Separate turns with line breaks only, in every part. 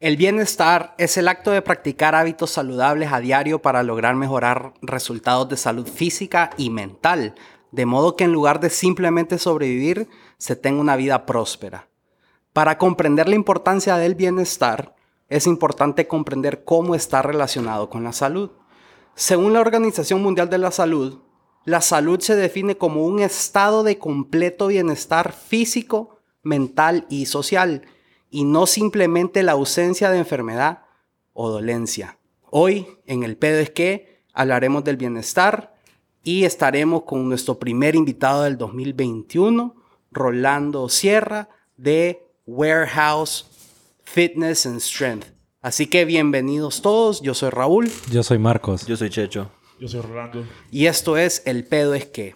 El bienestar es el acto de practicar hábitos saludables a diario para lograr mejorar resultados de salud física y mental, de modo que en lugar de simplemente sobrevivir, se tenga una vida próspera. Para comprender la importancia del bienestar, es importante comprender cómo está relacionado con la salud. Según la Organización Mundial de la Salud, la salud se define como un estado de completo bienestar físico, mental y social, y no simplemente la ausencia de enfermedad o dolencia. Hoy, en el pedo es que, hablaremos del bienestar y estaremos con nuestro primer invitado del 2021, Rolando Sierra, de Warehouse Fitness and Strength. Así que bienvenidos todos, yo soy Raúl.
Yo soy Marcos.
Yo soy Checho.
Yo soy Rolando.
Y esto es El pedo es que.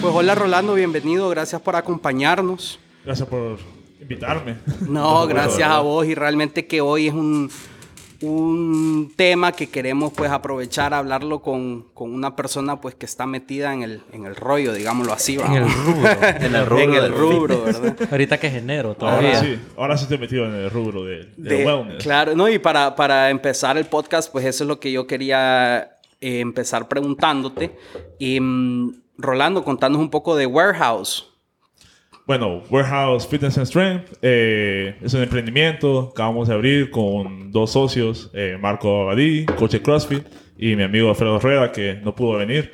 Pues hola Rolando, bienvenido, gracias por acompañarnos.
Gracias por invitarme.
No, gracias a vos y realmente que hoy es un, un tema que queremos pues aprovechar, hablarlo con, con una persona pues que está metida en el, en el rollo, digámoslo así.
En el
vamos.
rubro.
En el rubro.
en el
del
rubro, ¿verdad?
Ahorita que es
Ah,
enero
Ahora
todavía.
sí, ahora sí te he metido en el rubro de, de
De-
wellness.
Claro, no, y para, para empezar el podcast, pues eso es lo que yo quería eh, empezar preguntándote. Y, mm, Rolando, contanos un poco de Warehouse.
Bueno, Warehouse Fitness and Strength eh, es un emprendimiento que acabamos de abrir con dos socios, eh, Marco Abadí, coach de CrossFit, y mi amigo Alfredo Herrera, que no pudo venir.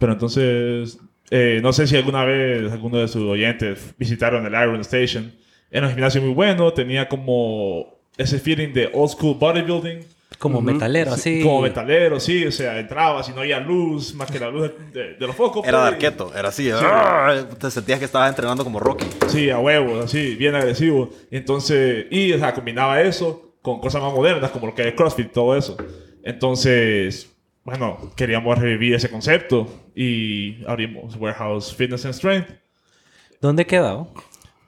Pero entonces, eh, no sé si alguna vez alguno de sus oyentes visitaron el Iron Station. Era un gimnasio muy bueno, tenía como ese feeling de old school bodybuilding,
Como metalero, así.
Como metalero, sí. O sea, entrabas y no había luz, más que la luz de, de los focos.
Era de
pues, y-
arqueto, era así.
Ah.
¡arr! Te sentías que estabas entrenando como Rocky.
Sí, a huevos, así, bien agresivo. Entonces, y o sea, combinaba eso con cosas más modernas, como lo que es CrossFit, todo eso. Entonces, bueno, queríamos revivir ese concepto y abrimos Warehouse Fitness and Strength.
¿Dónde quedaba?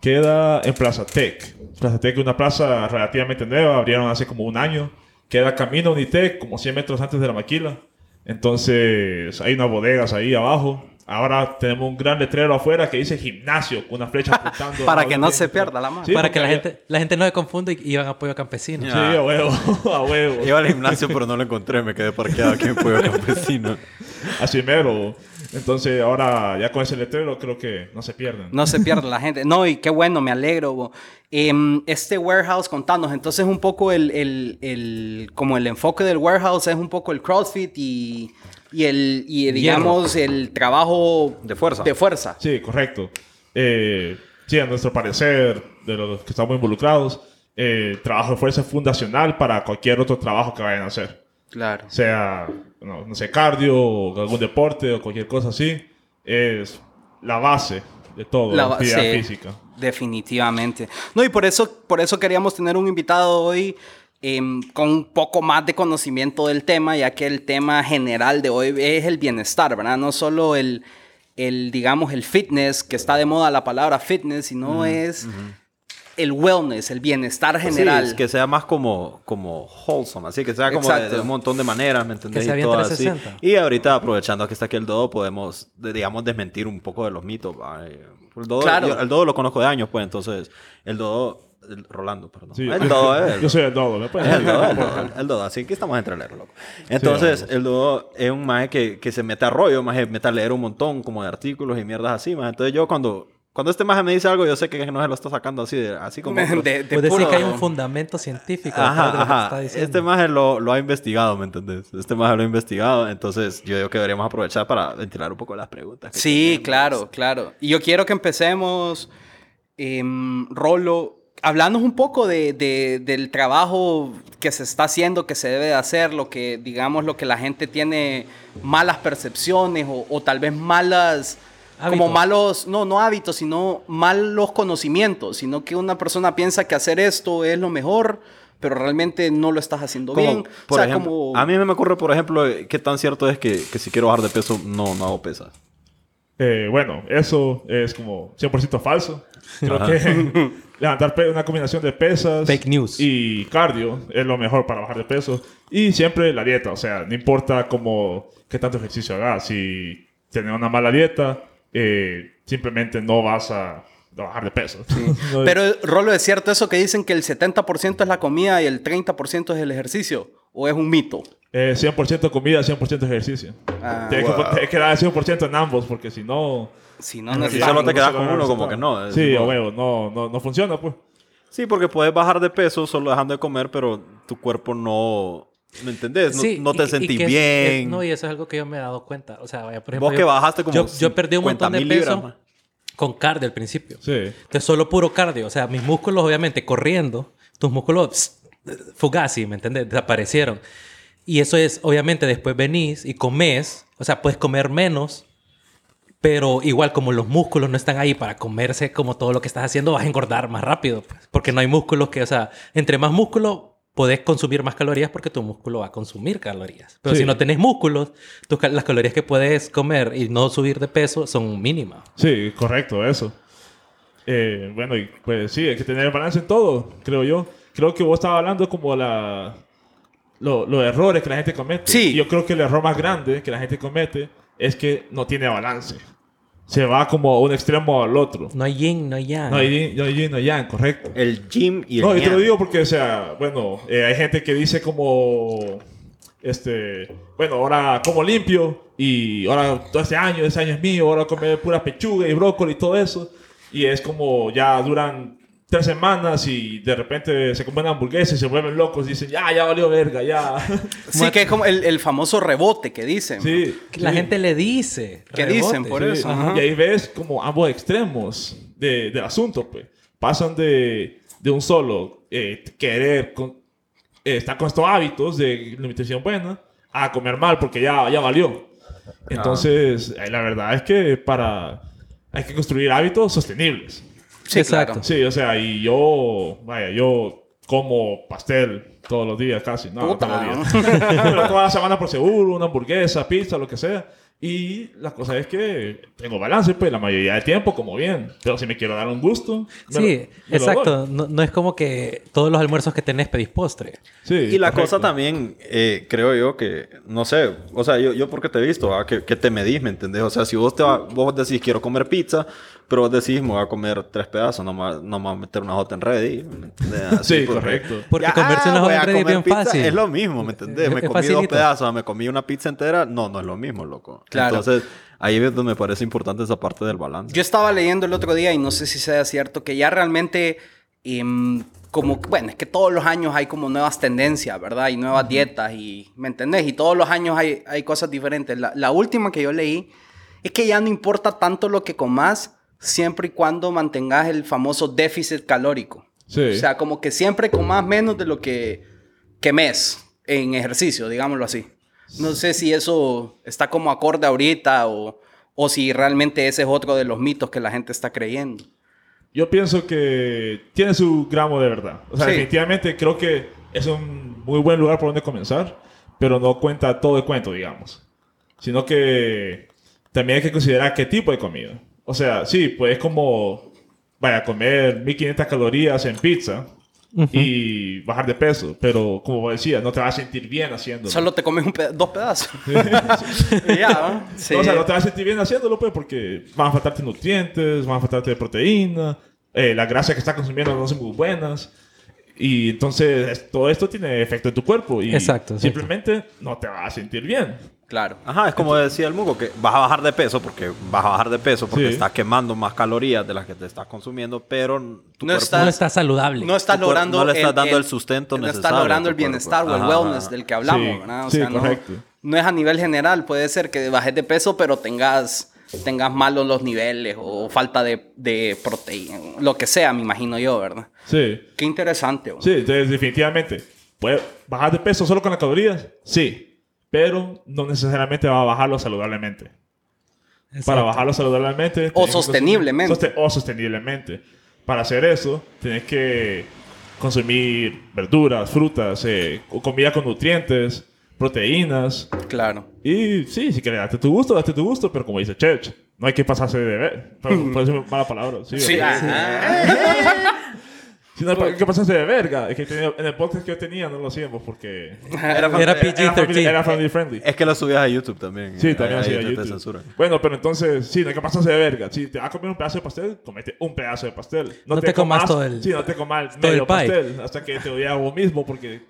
Queda en Plaza Tech. Plaza Tech es una plaza relativamente nueva, abrieron hace como un año. Queda camino a Unitec, como 100 metros antes de la maquila. Entonces, hay unas bodegas ahí abajo. Ahora tenemos un gran letrero afuera que dice gimnasio, con una flecha apuntando.
Para
a
que no se pierda la mano.
Sí,
Para
porque
que la
había-
gente, la gente no se confunda y iban a apoyo campesino.
Sí, a huevo, a huevo.
Iba al gimnasio, pero no lo encontré. Me quedé parqueado aquí en pues Pueblo Campesino.
Así mero. Entonces, ahora ya con ese letrero creo que no se pierden.
No se pierda la gente. No, y qué bueno, me alegro. bo. Em, este warehouse, contanos. Entonces, un poco el, el- el- como el enfoque del warehouse es un poco el CrossFit y, y el, y, digamos, el trabajo
De fuerza.
De fuerza.
Sí, correcto. Eh, sí, a nuestro parecer, de los que estamos involucrados, eh, el trabajo de fuerza es fundacional para cualquier otro trabajo que vayan a hacer.
Claro.
Sea, no, no sé, cardio o algún deporte o cualquier cosa así. Es la base de todo,
La
la,
ba-
actividad
sí.
física.
Definitivamente. No, y por eso, por eso queríamos tener un invitado hoy em, con un poco más de conocimiento del tema, ya que el tema general de hoy es el bienestar, ¿verdad? No solo el, el digamos, el fitness, que está de moda la palabra fitness, sino es el wellness, el bienestar general.
Pues Sí, es que sea más como, como wholesome, así que sea como de,
Exacto.
de un montón de maneras, ¿me entendés?
sea
y
bien
todo así.
360.
Y ahorita, aprovechando que está aquí el Dodo, podemos, de- digamos, desmentir un poco de los mitos. ¿va? Eh, El Dodo,
Claro.
yo- el Dodo lo conozco de años, pues, entonces, el Dodo... el- Rolando, perdón.
Sí,
el Dodo es...
Yo soy el pues, dodo, ¿me pueden
El dodo, el
decir?
dodo, el dodo. Así que estamos entre leer, loco. Entonces, el dodo es un maje que, que se mete a rollo, maje, mete a leer un montón como de artículos y mierdas así, maje. Entonces yo cuando, cuando este maje me dice algo, yo sé que no se lo está sacando así, de- así como...
De- de
Puedes decir
puro-
que hay un fundamento científico detrás de lo que
Ajá,
está
ajá.
diciendo.
Este maje lo, lo ha investigado, ¿me entendés? Este maje lo ha investigado, entonces yo digo que deberíamos aprovechar para ventilar un poco las preguntas. que
Sí,
tenemos.
claro, claro. Y yo quiero que empecemos, em, Rolo, hablarnos un poco de, de- del trabajo que se está haciendo, que se debe de hacer, lo que, digamos, lo que la gente tiene malas percepciones o, o tal vez malas, como
Hábitos.
malos, no, no hábitos, sino malos conocimientos, sino que una persona piensa que hacer esto es lo mejor, pero realmente no lo estás haciendo
Como,
bien. O
por
sea,
ejemplo,
como-
A mí me ocurre, por ejemplo, eh, qué tan cierto es que, que si quiero bajar de peso, no, no hago pesas.
Eh, bueno, eso es como 100% falso. Creo que levantar pe- una combinación de pesas
Fake news.
y cardio es lo mejor para bajar de peso. Y siempre la dieta, o sea, no importa como qué tanto ejercicio hagas. Si tienes una mala dieta, eh, simplemente no vas a a bajar de peso. No-
Pero, Rolo, ¿es cierto eso que dicen que el 70% es la comida y el 30% es el ejercicio? ¿O es un mito?
Eh, 100% comida, 100% ejercicio.
Ah,
Tienes que,
wow. Ah,
tienes que dar 100% en ambos, porque si no...
Si no,
Si
necesitas...
solo te quedas
solo
con uno,
resultado.
como que no. es
Sí,
tipo-
a huevo, no, no, no funciona, pues.
Sí, porque puedes bajar de peso solo dejando de comer, pero tu cuerpo no... ¿Me entendés? No,
Sí,
no
y-
te
y
sentís
que es- es-
bien.
no, y eso es algo que yo me he dado cuenta. O sea, vaya, por ejemplo.
Vos que
yo-
bajaste como
Yo, yo perdí un
50
montón de
mil
peso
libras, ma.
con cardio al principio.
Sí.
Entonces, solo puro cardio. O sea, mis músculos, obviamente, corriendo, tus músculos pss, fugazi, ¿me entiendes? Desaparecieron. Y eso es, obviamente, después venís y comes. O sea, puedes comer menos. Pero igual, como los músculos no están ahí para comerse como todo lo que estás haciendo, vas a engordar más rápido. pues, porque no hay músculos que, o sea, entre más músculo, podés consumir más calorías porque tu músculo va a consumir calorías. Pero
Sí.
si no tenés músculos, tus cal- las calorías que puedes comer y no subir de peso son mínimas.
Sí, correcto, eso. Eh, bueno, y pues sí, hay que tener balance en todo, creo yo. Creo que vos estabas hablando como la, lo- los errores que la gente comete.
Sí.
Y Yo creo que el error más grande que la gente comete es que no tiene balance. Se va como un extremo al otro.
No hay yin, no hay yang.
No hay yin, no hay yin, no hay yang, correcto.
El gym y el
No, yo te lo
ñan.
digo porque, o sea, bueno, eh, hay gente que dice como, este, bueno, ahora como limpio y ahora todo este año, ese año es mío, ahora comer pura pechuga y brócoli y todo eso. Y es como ya duran tres semanas y de repente se comen hamburguesas y se vuelven locos y dicen, ya, ya valió verga, ya.
Sí, que es como el, el famoso rebote que dicen.
sí.
Que La
sí.
gente le dice.
¿Qué
rebote.
dicen, por
Sí,
eso? Ajá.
Y ahí ves como ambos extremos de, del asunto, pues. Pasan de, de un solo eh, querer con- eh, estar con estos hábitos de alimentación buena a comer mal porque ya, ya valió. Entonces, eh, la verdad es que para... Hay que construir hábitos sostenibles.
Sí,
Exacto.
claro.
Sí, o sea, y yo... Vaya, yo como pastel todos los días casi. No, no
Puta,
todos los días. Pero toda la semana por seguro, una hamburguesa, pizza, lo que sea. Y la cosa es que tengo balance, pues, la mayoría del tiempo como bien. Pero si me quiero dar un gusto... me lo-
Sí,
me lo doy.
exacto. No, no es como que todos los almuerzos que tenés pedís postre.
Sí,
Y la
correcto.
cosa también, eh, creo yo que, no sé, o sea, yo, yo porque te he visto, ¿ah? que, que te medís, ¿me entendés? O sea, si vos, te va- vos decís quiero comer pizza, pero vos decís me voy a comer tres pedazos, no me, va- no me voy a meter una hot en ready, ¿me entendés? Así, pues,
Sí, correcto.
Porque
Ya,
comerse una
voy
hot
a
en ready es
comer
bien
pizza,
fácil.
Es lo mismo, ¿me entendés?
Es-
Me
es
comí dos
facilito.
pedazos, me comí una pizza entera, no, no es lo mismo, loco.
Claro.
Entonces, ahí es donde me parece importante esa parte del balance.
Yo estaba leyendo el otro día y no sé si sea cierto que ya realmente em, como bueno, es que todos los años hay como nuevas tendencias, ¿verdad? Y nuevas dietas y ¿me entendés? Y todos los años hay, hay cosas diferentes. La, la última que yo leí es que ya no importa tanto lo que comas siempre y cuando mantengas el famoso déficit calórico.
Sí.
O sea, como que siempre comas menos de lo que quemes en ejercicio, digámoslo así. No sé si eso está como acorde ahorita o, o si realmente ese es otro de los mitos que la gente está creyendo.
Yo pienso que tiene su gramo de verdad. O sea,
Sí.
definitivamente creo que es un muy buen lugar por donde comenzar, pero no cuenta todo el cuento, digamos. Sino que también hay que considerar qué tipo de comida. O sea, sí, pues como, vaya, comer 1500 calorías en pizza y bajar de peso, pero como vos decías, no te vas a sentir bien haciéndolo.
Solo te comes un peda- dos pedazos. Y ya, ¿no? Sí.
O sea, no te vas a sentir bien haciéndolo, pues, porque van a faltarte nutrientes, van a faltarte proteína, eh, la grasa que estás consumiendo no son muy buenas. Y entonces es- todo esto tiene efecto en tu cuerpo y
Exacto, exacto.
simplemente no te vas a sentir bien.
Claro.
Ajá, es como decía el Mugo, que vas a bajar de peso porque vas a bajar de peso porque
Sí.
estás quemando más calorías de las que te estás consumiendo, pero tu
No
cuerpo-
estás-
No está saludable.
No estás
Tu cuerpo-
logrando...
no le estás dando el sustento
No estás
necesario
logrando
a
el
tu cuerpo.
bienestar o el
Ajá,
wellness
ajá.
del que hablamos,
Sí,
¿verdad? O
sí,
sea, no,
correcto.
no es a nivel general. Puede ser que bajes de peso, pero tengas tengas malos los niveles o falta de, de proteína, lo que sea, me imagino yo, ¿verdad?
Sí,
Qué interesante. bro.
sí, entonces definitivamente. ¿Puedes bajar de peso solo con las calorías? Sí, pero no necesariamente va a bajarlo saludablemente.
Exacto. Eh,
Para bajarlo saludablemente.
O
tenés que
sosteniblemente.
consumir- soste- o sosteniblemente. Para hacer eso, tenés que consumir verduras, frutas, eh, co- comida con nutrientes, proteínas.
Claro.
Y sí, si querés, date tu gusto, date tu gusto, pero como dice Church, No hay que pasarse de ver. Pero por eso es mala palabra. Sí,
Ah,
¿verdad? Sí, no hay pa- que pasarse de verga. Es que tenía- en el podcast que yo tenía no lo hacíamos porque...
Era,
Era
fan-
Era family,
PG-13.
era family friendly.
Es que lo subías a YouTube también.
Sí, también
Ahí-
hacía
ahí te- Te
YouTube.
censuran.
Bueno, pero entonces, sí, no hay que pasarse de verga. Si te vas a comer un pedazo de pastel, comete un pedazo de pastel.
No te comas todo el-
Sí, no te comas
todo el
medio
pie.
pastel. Hasta que te odias a vos mismo porque...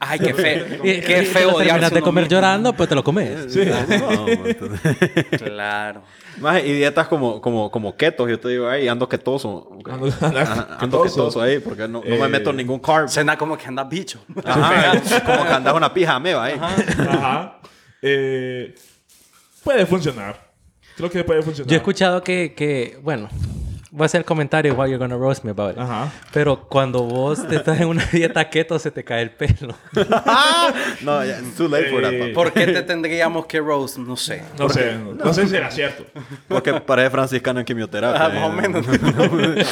Ay, qué feo.
Y- y
qué
te eh, lo
feo odiarse
terminas de
uno
comer
mismo.
llorando, pues te lo comes.
Sí. No, entonces-
Claro.
Maje, y dietas como, como, como keto, yo te digo, ay, ando ketoso.
Ando-
Ajá, Ah, ando
ketoso.
ketoso ahí, porque no, no me
Eh,
meto en ningún carb.
Suena como que anda bicho.
Ajá, como que andas una pija eh. ameba ahí.
Ajá. Eh, puede funcionar. Creo que puede funcionar.
Yo he escuchado que, que, bueno, voy a hacer el comentario while you're gonna roast me about it.
Ajá.
Pero cuando vos te estás en una dieta keto, se te cae el pelo.
No, ya, it's too late for that.
Eh,
pa.
¿Por qué te tendríamos que Rose? No sé.
No sé, no, no sé si era cierto.
Porque parece franciscano en quimioterapia. eh.
Ah, más o menos.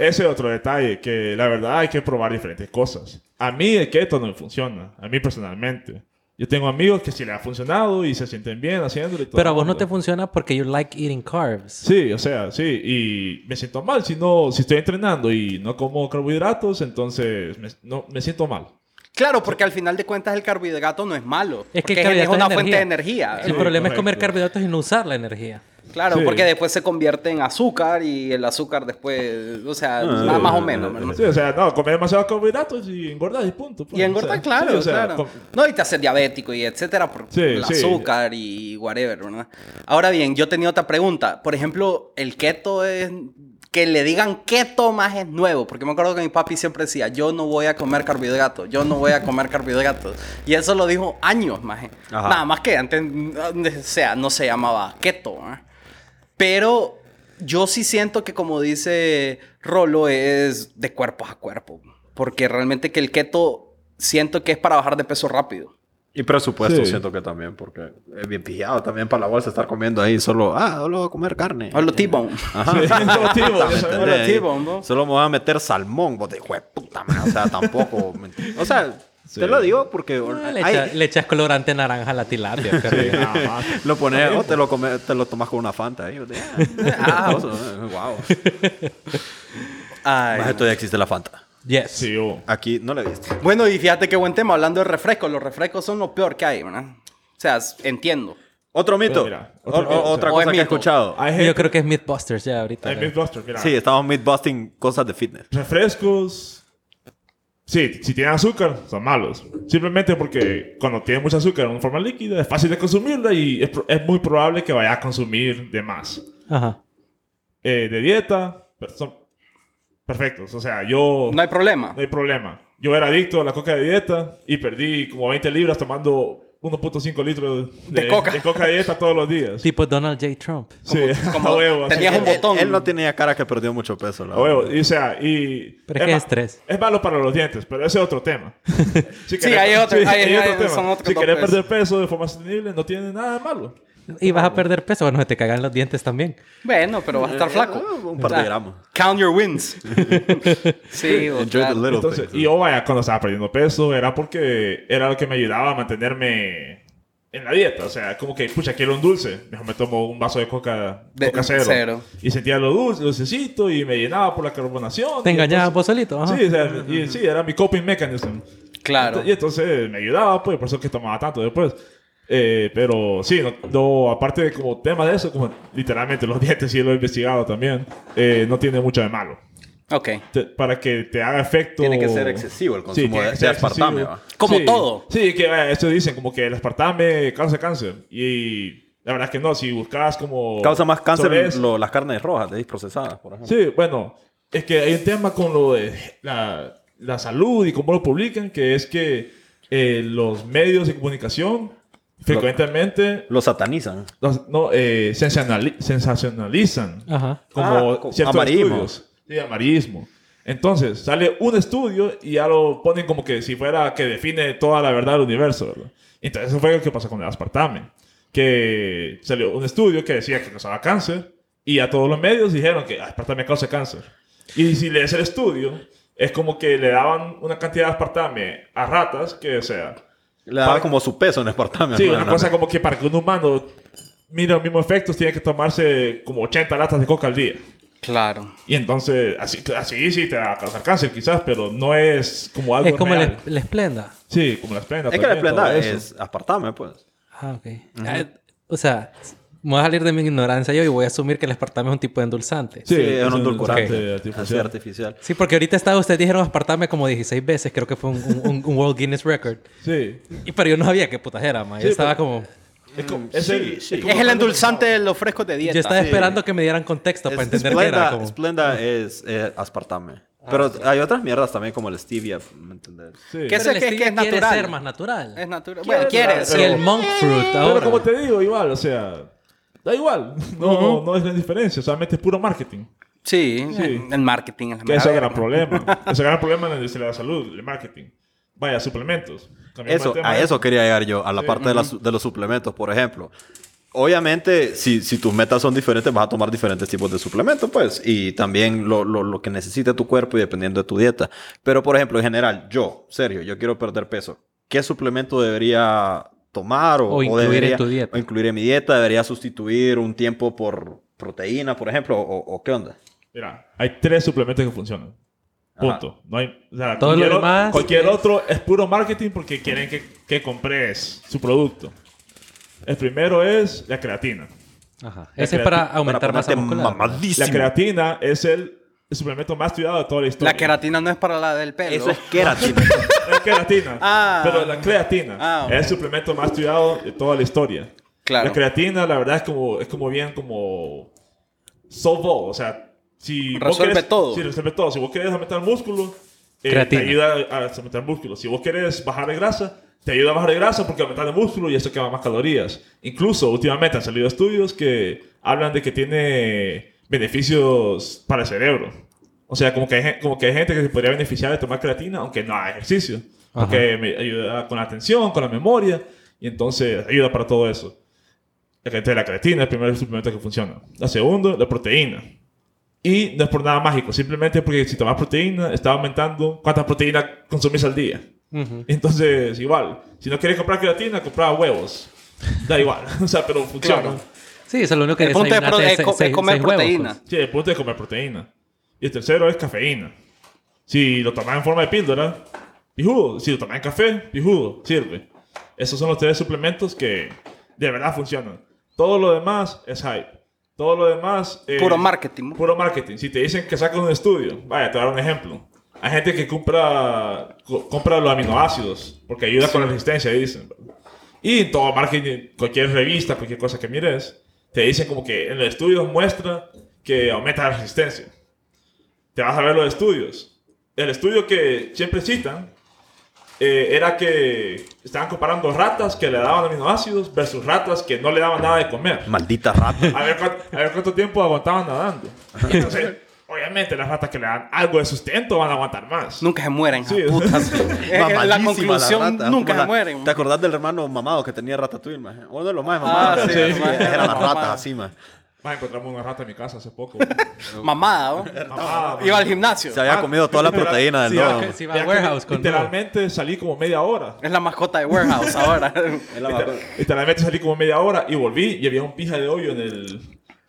Ese otro detalle, que la verdad hay que probar diferentes cosas. A mí el keto no me funciona, a mí personalmente. Yo tengo amigos que sí le ha funcionado y se sienten bien haciéndolo y todo.
Pero a vos no te
funciona.
funciona porque you like eating carbs.
Sí, o sea, sí, y me siento mal si no, si estoy entrenando y no como carbohidratos, entonces me, no, me siento mal.
Claro, porque al final de cuentas el carbohidrato no es malo.
Es que el
Porque es
carbohidrato
una
es
fuente de
energía.
energía.
el problema es
correcto.
comer carbohidratos y no usar la energía.
Claro,
Sí.
porque después se convierte en azúcar y el azúcar después, o sea, nada Ah, más o menos. ¿verdad?
Ah, Sí, o sea, no, comer demasiados carbohidratos y engordar y punto. pues.
Y engorda,
O sea,
claro,
sí, o sea,
claro.
com-
No, y te haces diabético y etcétera por
Sí,
el
sí.
azúcar y whatever, ¿verdad? Ahora bien, yo tenía otra pregunta. Por ejemplo, el keto es... Que le digan keto más es nuevo, porque me acuerdo que mi papi siempre decía, yo no voy a comer carbohidratos, yo no voy a comer carbohidratos. Y eso lo dijo años más. ¿eh?
Ajá.
Nada más que antes, o sea, no se llamaba keto. ¿verdad? Pero yo sí siento que como dice Rolo es de cuerpo a cuerpo. Porque realmente que el keto siento que es para bajar de peso rápido.
Y presupuesto
Sí.
siento que también, porque es bien pillado también para la bolsa estar comiendo ahí solo, ah, solo voy a comer carne.
O lo T-Bone.
Ajá.
Sí, solo T-bone, ya sabemos.
¿Entendés?
Solo T-bone, ¿no?
Solo me voy a meter salmón, vos te hijo de puta, man. O sea, tampoco. me ent- o sea, te lo digo porque
Ah, Le,
ay,
echa- le echas colorante naranja a la tilapia. qué rico.
Ajá.
lo pones, o te lo, come- te lo tomas con una fanta ahí. vos te- ah, vos, eh, wow.
Ay,
Más esto ya existe la fanta.
Yes.
Sí, oh. o-
Aquí no la he visto.
Bueno, y fíjate qué buen tema. Hablando de refrescos, los refrescos son lo peor que hay, ¿verdad? O sea, s- entiendo.
Otro mito.
Pero mira,
O-
otro
o-
mito,
otra
o sea,
cosa
o es
que he
mito.
escuchado.
Hay
Yo
gente-
creo que es Mythbusters ya ahorita.
hay este. Mythbusters, mira.
Sí, estamos mythbusting cosas de fitness.
refrescos. Sí, si tienen azúcar, son malos. Simplemente porque cuando tiene mucho azúcar en una forma líquida, es fácil de consumirla y es, pro- es muy probable que vaya a consumir de más.
Ajá.
Eh, de dieta, per- son perfectos. O sea, yo
No hay problema.
no hay problema. Yo era adicto a la coca de dieta y perdí como 20 libras tomando 1.5 litros
De coca.
de coca de dieta todos los días.
Tipo Donald J. Trump.
Sí,
como
a huevo. así
tenías
que-
un botón.
Él, él no tenía cara que perdió mucho peso. La
A huevo.
verdad.
Y, o sea, y...
Pero es que
ma-
es estrés.
Es malo para los dientes, pero ese es otro tema. Si
Sí, hay otro- hay- hay- son otros
si querés
topes.
perder peso de forma sostenible, no tiene nada de malo.
Y vas a perder peso. Bueno, se te cagan los dientes también.
Bueno, pero vas a estar flaco.
Eh, un par de
O sea,
gramos.
Count your wins. sí, o
Enjoy the
claro.
little
Entonces,
things.
y yo vaya, cuando estaba perdiendo peso, era porque era lo que me ayudaba a mantenerme en la dieta. O sea, como que, pucha, quiero un dulce. Mejor me tomo un vaso de coca,
De-
coca cero.
cero.
Y sentía lo dulce, dulcecito, y me llenaba por la carbonación.
Te
Oh, Y
engañabas
entonces-
vos solito. Ajá.
Sí, o sea, y, sí, era mi coping mechanism.
Claro.
Y entonces me ayudaba, pues, por eso es que tomaba tanto después. Eh, pero sí, no, no, aparte de como tema de eso, como literalmente los dientes sí lo he investigado también, eh, no tiene mucho de malo.
Ok.
Te- para que te haga efecto.
Tiene que ser excesivo el consumo
tiene
de-
que ser
de aspartame,
excesivo.
¿va?
Como
Sí,
todo.
Sí, que eh, eso dicen, como que el aspartame causa cáncer. Y la verdad es que no, si buscabas como.
Causa más
sobre
cáncer
eso-
lo- las carnes rojas, de ahí procesadas, por ejemplo.
Sí, bueno, es que hay un tema con lo de la, la salud y cómo lo publican, que es que eh, los medios de comunicación frecuentemente
Lo satanizan.
los- no, eh, sensacionali- sensacionalizan
Ajá.
como
Ah, co-
ciertos
amarillismo.
estudios. Sí, amarillismo. Entonces, sale un estudio y ya lo ponen como que si fuera que define toda la verdad del universo, ¿verdad? Entonces, eso fue lo que pasó con el aspartame. Que salió un estudio que decía que causaba cáncer y a todos los medios dijeron que "Ah, aspartame causa cáncer. Y si lees el estudio, es como que le daban una cantidad de aspartame a ratas que, o sea,
Le daba
Para-
como su peso en aspartame.
Sí,
¿no?
una cosa como que para que un humano mira los mismos efectos, tiene que tomarse como 80 latas de coca al día.
Claro.
Y entonces, así, así sí te va a causar cáncer quizás, pero no es como algo
Es como
real.
la, la esplenda.
Sí, como la esplenda.
Es que la
también,
esplenda
todo eso.
es apartame, pues.
Ah, ok. Ah, o sea, me voy a salir de mi ignorancia yo y voy a asumir que el aspartame es un tipo de endulzante.
Sí,
Sí, es un
endulzante
endulcorante. Así
artificial.
artificial.
Sí, porque ahorita estaba, ustedes dijeron aspartame como 16 veces. Creo que fue un, un- un- un World Guinness Record.
Sí.
Y, pero yo no sabía qué putas era, ma. Yo
Sí,
estaba
pero-
como...
Es como-
Sí,
es el-
sí.
es como
Es el endulzante de los frescos de dieta.
Yo estaba
sí.
esperando que me dieran contexto para
Es-
entender qué
Splenda,
era. Como...
Splenda es eh, aspartame. Pero hay otras mierdas también como el stevia, ¿me entendés?
sí.
¿Qué es-
Pero
que-
el
que es
stevia quiere
natural.
ser más natural.
Es natural. Bueno, quieres.
Si el monk fruit
Pero
ahora.
como te digo, igual, o sea, da igual. No, no es la diferencia, solamente es puro marketing.
Sí,
Sí.
el marketing es la
Que es el
mera
gran
verga.
problema. es el gran problema en la industria de la salud, el marketing. Vaya, suplementos. Cambiamos
Eso,
de tema.
a eso quería llegar yo, a la parte de, las- de los suplementos, por ejemplo. Obviamente, si, si tus metas son diferentes, vas a tomar diferentes tipos de suplementos, pues, y también lo, lo- lo que necesita tu cuerpo y dependiendo de tu dieta. Pero, por ejemplo, en general, yo, Sergio, yo quiero perder peso. ¿Qué suplemento debería tomar o,
O incluir en
debería,
tu dieta.
o incluir en mi dieta? ¿Debería sustituir un tiempo por proteína, por ejemplo? ¿O, o qué onda?
Mira, hay tres suplementos que funcionan. Punto. No hay, o sea,
Todo lo
cualquier, o-
demás
cualquier
es-
otro es puro marketing porque quieren que, que compres su producto. El primero es la creatina.
Ajá. Ese es
creati-
para aumentar masa
ponerte
muscular.
mamadísimo.
La creatina es el suplemento más estudiado de toda la historia.
La queratina no es para la del pelo.
Eso es queratina.
La creatina.
Ah.
Pero la creatina
Ah, ok.
es el suplemento más estudiado de toda la historia.
Claro.
La creatina, la verdad, es como, es como bien como... Solve all. O sea, si... vos
Resuelve
querés-
todo.
Sí, resuelve todo. Si vos querés aumentar músculo, eh, te
Creatina.
ayuda a aumentar músculo. Si vos querés bajar de grasa, te ayuda a bajar de grasa porque aumentar el músculo y eso quema más calorías. Incluso, últimamente han salido estudios que hablan de que tiene beneficios para el cerebro. O sea, como que, hay, gen- como que hay gente que se podría beneficiar de tomar creatina, aunque no haga ejercicio. Porque me ayuda con la atención, con la memoria, y entonces ayuda para todo eso. La creatina, la creatina es el primer suplemento que funciona. La segunda, la proteína. Y no es por nada mágico, simplemente porque si tomas proteína, está aumentando cuántas proteínas consumís al día.
Ujú.
Entonces, igual, si no quieres comprar creatina, compra huevos. Da igual, o sea, pero funciona.
Claro.
Sí, eso es lo único que
El punto de
desayunaste
pro- es
seis-
co- es
seis-
comer
seis huevos,
proteína.
pues.
Sí, el punto es comer proteína. Y el tercero es cafeína. Si lo tomas en forma de píldora, pijudo. Si lo tomas en café, pijudo, sirve. Esos son los tres suplementos que de verdad funcionan. Todo lo demás es hype. Todo lo demás es...
Puro marketing.
Puro marketing. Si te dicen que saques un estudio, vaya, te voy a dar un ejemplo. Hay gente que compra, co- compra los aminoácidos porque ayuda con la resistencia, dicen. Y en todo marketing, cualquier revista, cualquier cosa que mires, te dicen como que en los estudios muestra que aumenta la resistencia. Te vas a ver los estudios. El estudio que siempre citan eh, era que estaban comparando ratas que le daban aminoácidos versus ratas que no le daban nada de comer
Maldita rata.
a ver, cuánto, a ver cuánto tiempo aguantaban nadando. Entonces, obviamente las ratas que le dan algo de sustento van a aguantar más.
Nunca se mueren.
Sí.
ja, putas. Es que Eh, la
Mamadísima
conclusión, nunca
rata. Como
se
la-
mueren.
¿Te acordás del hermano mamado que tenía Ratatouille, maje? Uno de los más
Ah,
mamados.
sí, sí,
que
sí.
Eran las
Mamado.
ratas así, maje.
Más encontramos una rata en mi casa hace poco. güey.
Mamada, ¿o?
Mamada, güey.
Iba al gimnasio.
Se había comido toda la proteína del
Sí,
lobo.
ah, que-
Si va a
Ya que
warehouse con
Literalmente salí como media hora.
Es la mascota de Warehouse ahora.
Él la bajó.
Literalmente salí como media hora y volví y había un pija de hoyo en el,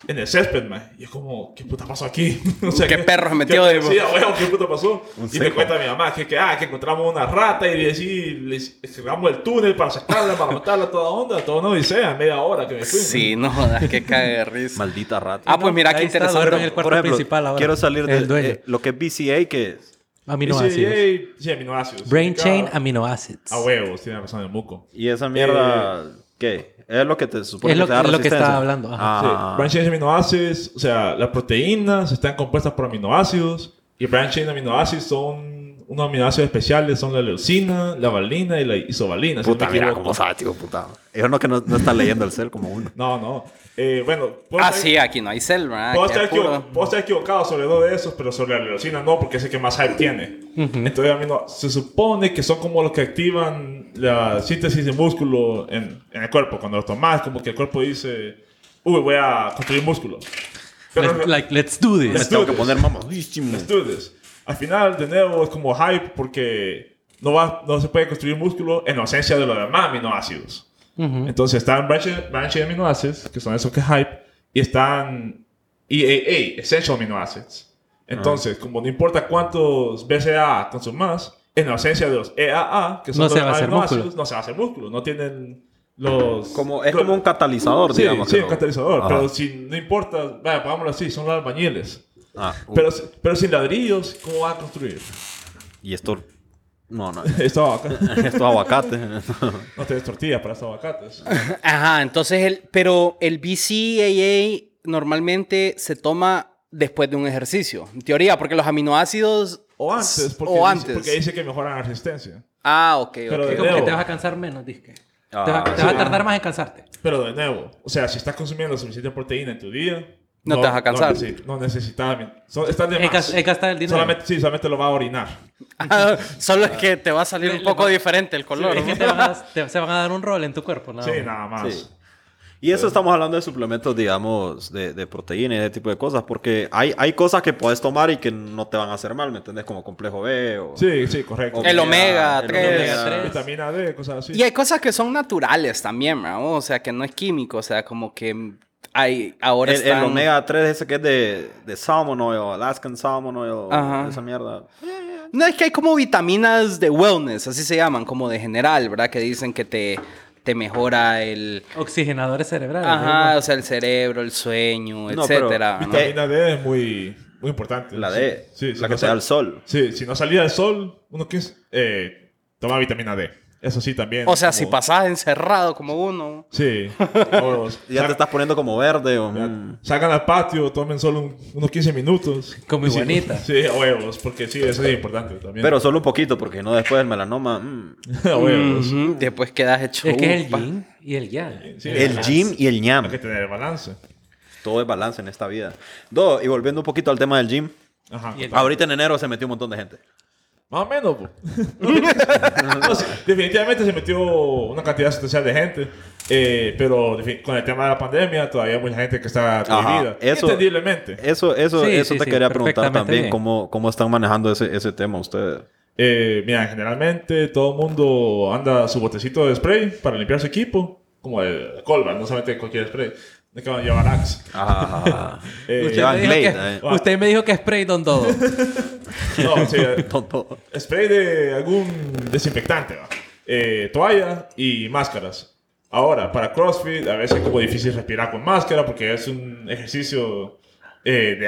en el césped, man. Y es como, ¿qué puta pasó aquí? o
¿Qué perro se metió
qué-
de-
Sí, a huevo, ¿qué puta pasó?
Un
y me
seco.
cuenta mi mamá que, que, ah, que encontramos una rata y le sí, le cerramos el túnel para sacarla, para matarla, toda onda, todo una odisea, media hora que me fui.
Sí, no jodas, que cae de risa.
Maldita rata.
Ah, pues mira qué
Ahí está, duerme en el
interesante.
cuarto principal ahora.
quiero salir
El
de
dueño.
eh, lo que es BCA, que es-
Aminoácidos.
Sí, sí, aminoácidos.
Brain chain
Cada-
aminoácidos.
A huevos, tiene razón el muco.
Y esa mierda, ¿qué? Es lo que te supone
es lo-
que te da
es lo que
resistencia.
estaba hablando, ajá.
Sí,
Ah.
Brain chain aminoácidos, o sea, las proteínas están compuestas por aminoácidos y brain chain aminoácidos son unos aminoácidos especiales, son la leucina, la valina y la isovalina. si no
Puta,
me
mira
equivoco.
cómo sabe, tío, puta. Yo no que no, no está leyendo el cel como uno.
No, no. Eh, bueno, puedo
Ah,
estar-
sí, aquí no hay selva.
puedo
aquí
estar,
es puro.
equivo- puedo estar equivocado sobre dos de esos, pero sobre la leucina no, porque es el que más hype tiene. Entonces, a mí no- se supone que son como los que activan la síntesis de músculo en, en el cuerpo. Cuando lo tomas, como que el cuerpo dice, uy, voy a construir músculo. Pero
Let's, like, let's do
Me
this.
Let's-
tengo que
Estudios.
poner mamadísimo.
estudios. Al final, de nuevo, es como hype porque no, va, no se puede construir músculo en ausencia de los demás aminoácidos. Entonces están branche, branche de aminoácidos, que son esos que hype, y están EAA, essential aminoácidos. Entonces, como no importa cuántos BCAA consumas, en ausencia de los EAA, que son
No se
los
va a hacer
aminoácidos,
músculo.
no se va a hacer músculo, no tienen los...
Como, es como un catalizador,
Sí,
digamos.
sí,
que
un
lo-
catalizador,
Ajá.
pero si no importa, vaya, pongámoslo así, son los albañiles.
Ah, uh,
Pero, pero sin ladrillos, ¿cómo van a construir?
Y esto... No, no.
Esta vaca.
Estos aguacates.
No tenés tortillas para estos aguacates.
Ajá, entonces, el, pero el BCAA normalmente se toma después de un ejercicio, en teoría, porque los aminoácidos...
O antes, porque,
o
dice,
antes.
porque dice que mejoran la resistencia.
Ah, ok,
Pero
ok.
de
Es como que
nuevo,
te vas a cansar menos, disque.
Ah,
te vas, te
sí.
vas a tardar más en cansarte.
pero de nuevo, o sea, si estás consumiendo suficiente proteína en tu día...
No te vas a cansar.
No, necesi- no necesitas... amin- son- están de
Es
más.
gas- es gastar el dinero.
Solamente, sí, solamente lo va a orinar.
Ah, solo es que te va a salir un poco diferente el color.
Es que te van a- te- se van a dar un rol en tu cuerpo, nada
sí,
más.
nada más.
Sí. Y eso estamos hablando de suplementos, digamos, de, de proteínas y ese tipo de cosas, porque hay, hay cosas que puedes tomar y que no te van a hacer mal, ¿me entiendes? Como complejo B o...
Sí, sí, correcto.
El omega
el
tres.
omega
Omega tres.
Vitamina D, cosas así.
Y hay cosas que son naturales también, ¿no? O sea, que no es químico, o sea, como que hay ahora
El, el
están-
omega 3 ese que es de, de salmon oil, Alaskan salmon oil,
Ajá.
esa mierda.
No, es que hay como vitaminas de wellness, así se llaman, como de general, ¿verdad? Que dicen que te, te mejora el...
Oxigenadores cerebrales.
Ajá,
¿no?
o sea, el cerebro, el sueño,
No, pero-
etcétera. ¿no?
Eh,
Vitamina D es muy, muy importante.
La
Sí,
D,
sí, si
la
no
que te da
sal-
el sol.
Sí, si no salía el sol, uno que es, eh, toma vitamina D. Eso sí también.
O sea,
como-
si pasas encerrado como uno...
Sí. O
Ya
sa-
te estás poniendo como verde o... mm.
Salgan al patio, tomen solo un- unos 15 minutos.
Como
Y si-
iguanita.
Sí, a huevos, porque sí, eso es importante también.
Pero solo un poquito, porque no después el melanoma... mm.
a huevos.
ujú, Después quedas hecho...
Es que es el
upa.
yin y el yang.
Sí,
El
balance.
gym y el ñam.
Hay que tener balance.
Todo es balance en esta vida. Do, y volviendo un poquito al tema del gym.
Ajá.
Y el-
Ahorita en enero se metió un montón de gente.
Más o menos, po. No, sí, definitivamente se metió una cantidad sustancial de gente, eh, pero defi- con el tema de la pandemia todavía hay mucha gente que está
Ajá,
prohibida.
eso-
Entendiblemente.
Eso, eso,
Sí,
eso
sí,
te
sí,
quería preguntar
perfectamente
también
bien.
cómo, cómo están manejando ese, ese tema ustedes.
Eh, mira, generalmente todo el mundo anda su botecito de spray para limpiar su equipo, como el colva, no solamente cualquier spray. No que van a llevar Axe.
Ah,
Eh,
Usted,
Llevan
me dijo
Glade,
que, usted me dijo que spray don todo.
No, sí, eh,
tonto.
spray de algún desinfectante, ¿va? Eh, toalla y máscaras. Ahora, para CrossFit a veces es como difícil respirar con máscara porque es un ejercicio eh, de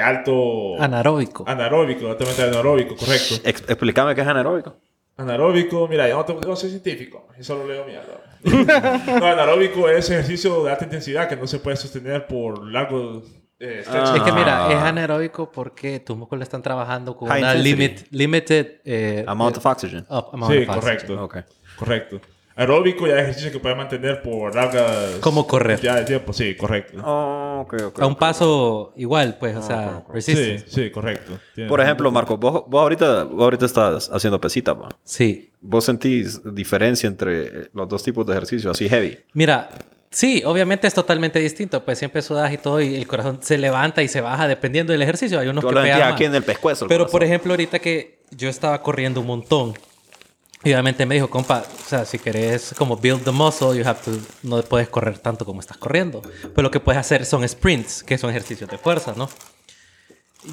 alto
Anaeróbico.
anaeróbico, altamente anaeróbico, correcto.
Ex- explícame qué es anaeróbico.
Anaeróbico, mira, yo no, tengo- yo soy científico, yo solo leo mierda. no, anaeróbico es ejercicio de alta intensidad que no se puede sostener por largo eh, stretch.
Ah.
Es que mira, es anaeróbico porque tus músculos están trabajando con
High
una
intensity.
limit- limited eh,
Amount
eh,
of oxygen.
up- amount
Sí,
of oxygen.
correcto.
Ok.
Correcto. Aeróbico ya es ejercicio que puedes mantener por largas...
Como correr.
Ya de tiempo, sí, correcto.
Oh, ok, ok,
A un
ok.
paso igual,
Ah,
pues, o sea,
Sí,
resistance.
sí, correcto. Tiene-
Por ejemplo, Marco, vos, vos ahorita, vos ahorita estás haciendo pesita, pa.
Sí.
¿Vos sentís diferencia entre los dos tipos de ejercicio, así heavy?
Mira, sí, obviamente es totalmente distinto. Pues siempre sudas y todo y el corazón se levanta y se baja dependiendo del ejercicio. Hay unos
Tú
que
lo
pegan
sentías
más.
aquí en el pescuezo. el
Pero por
corazón.
ejemplo, ahorita que yo estaba corriendo un montón y obviamente me dijo, compa, o sea, si querés como build the muscle, you have to, no puedes correr tanto como estás corriendo. Pero lo que puedes hacer son sprints, que son ejercicios de fuerza, ¿no?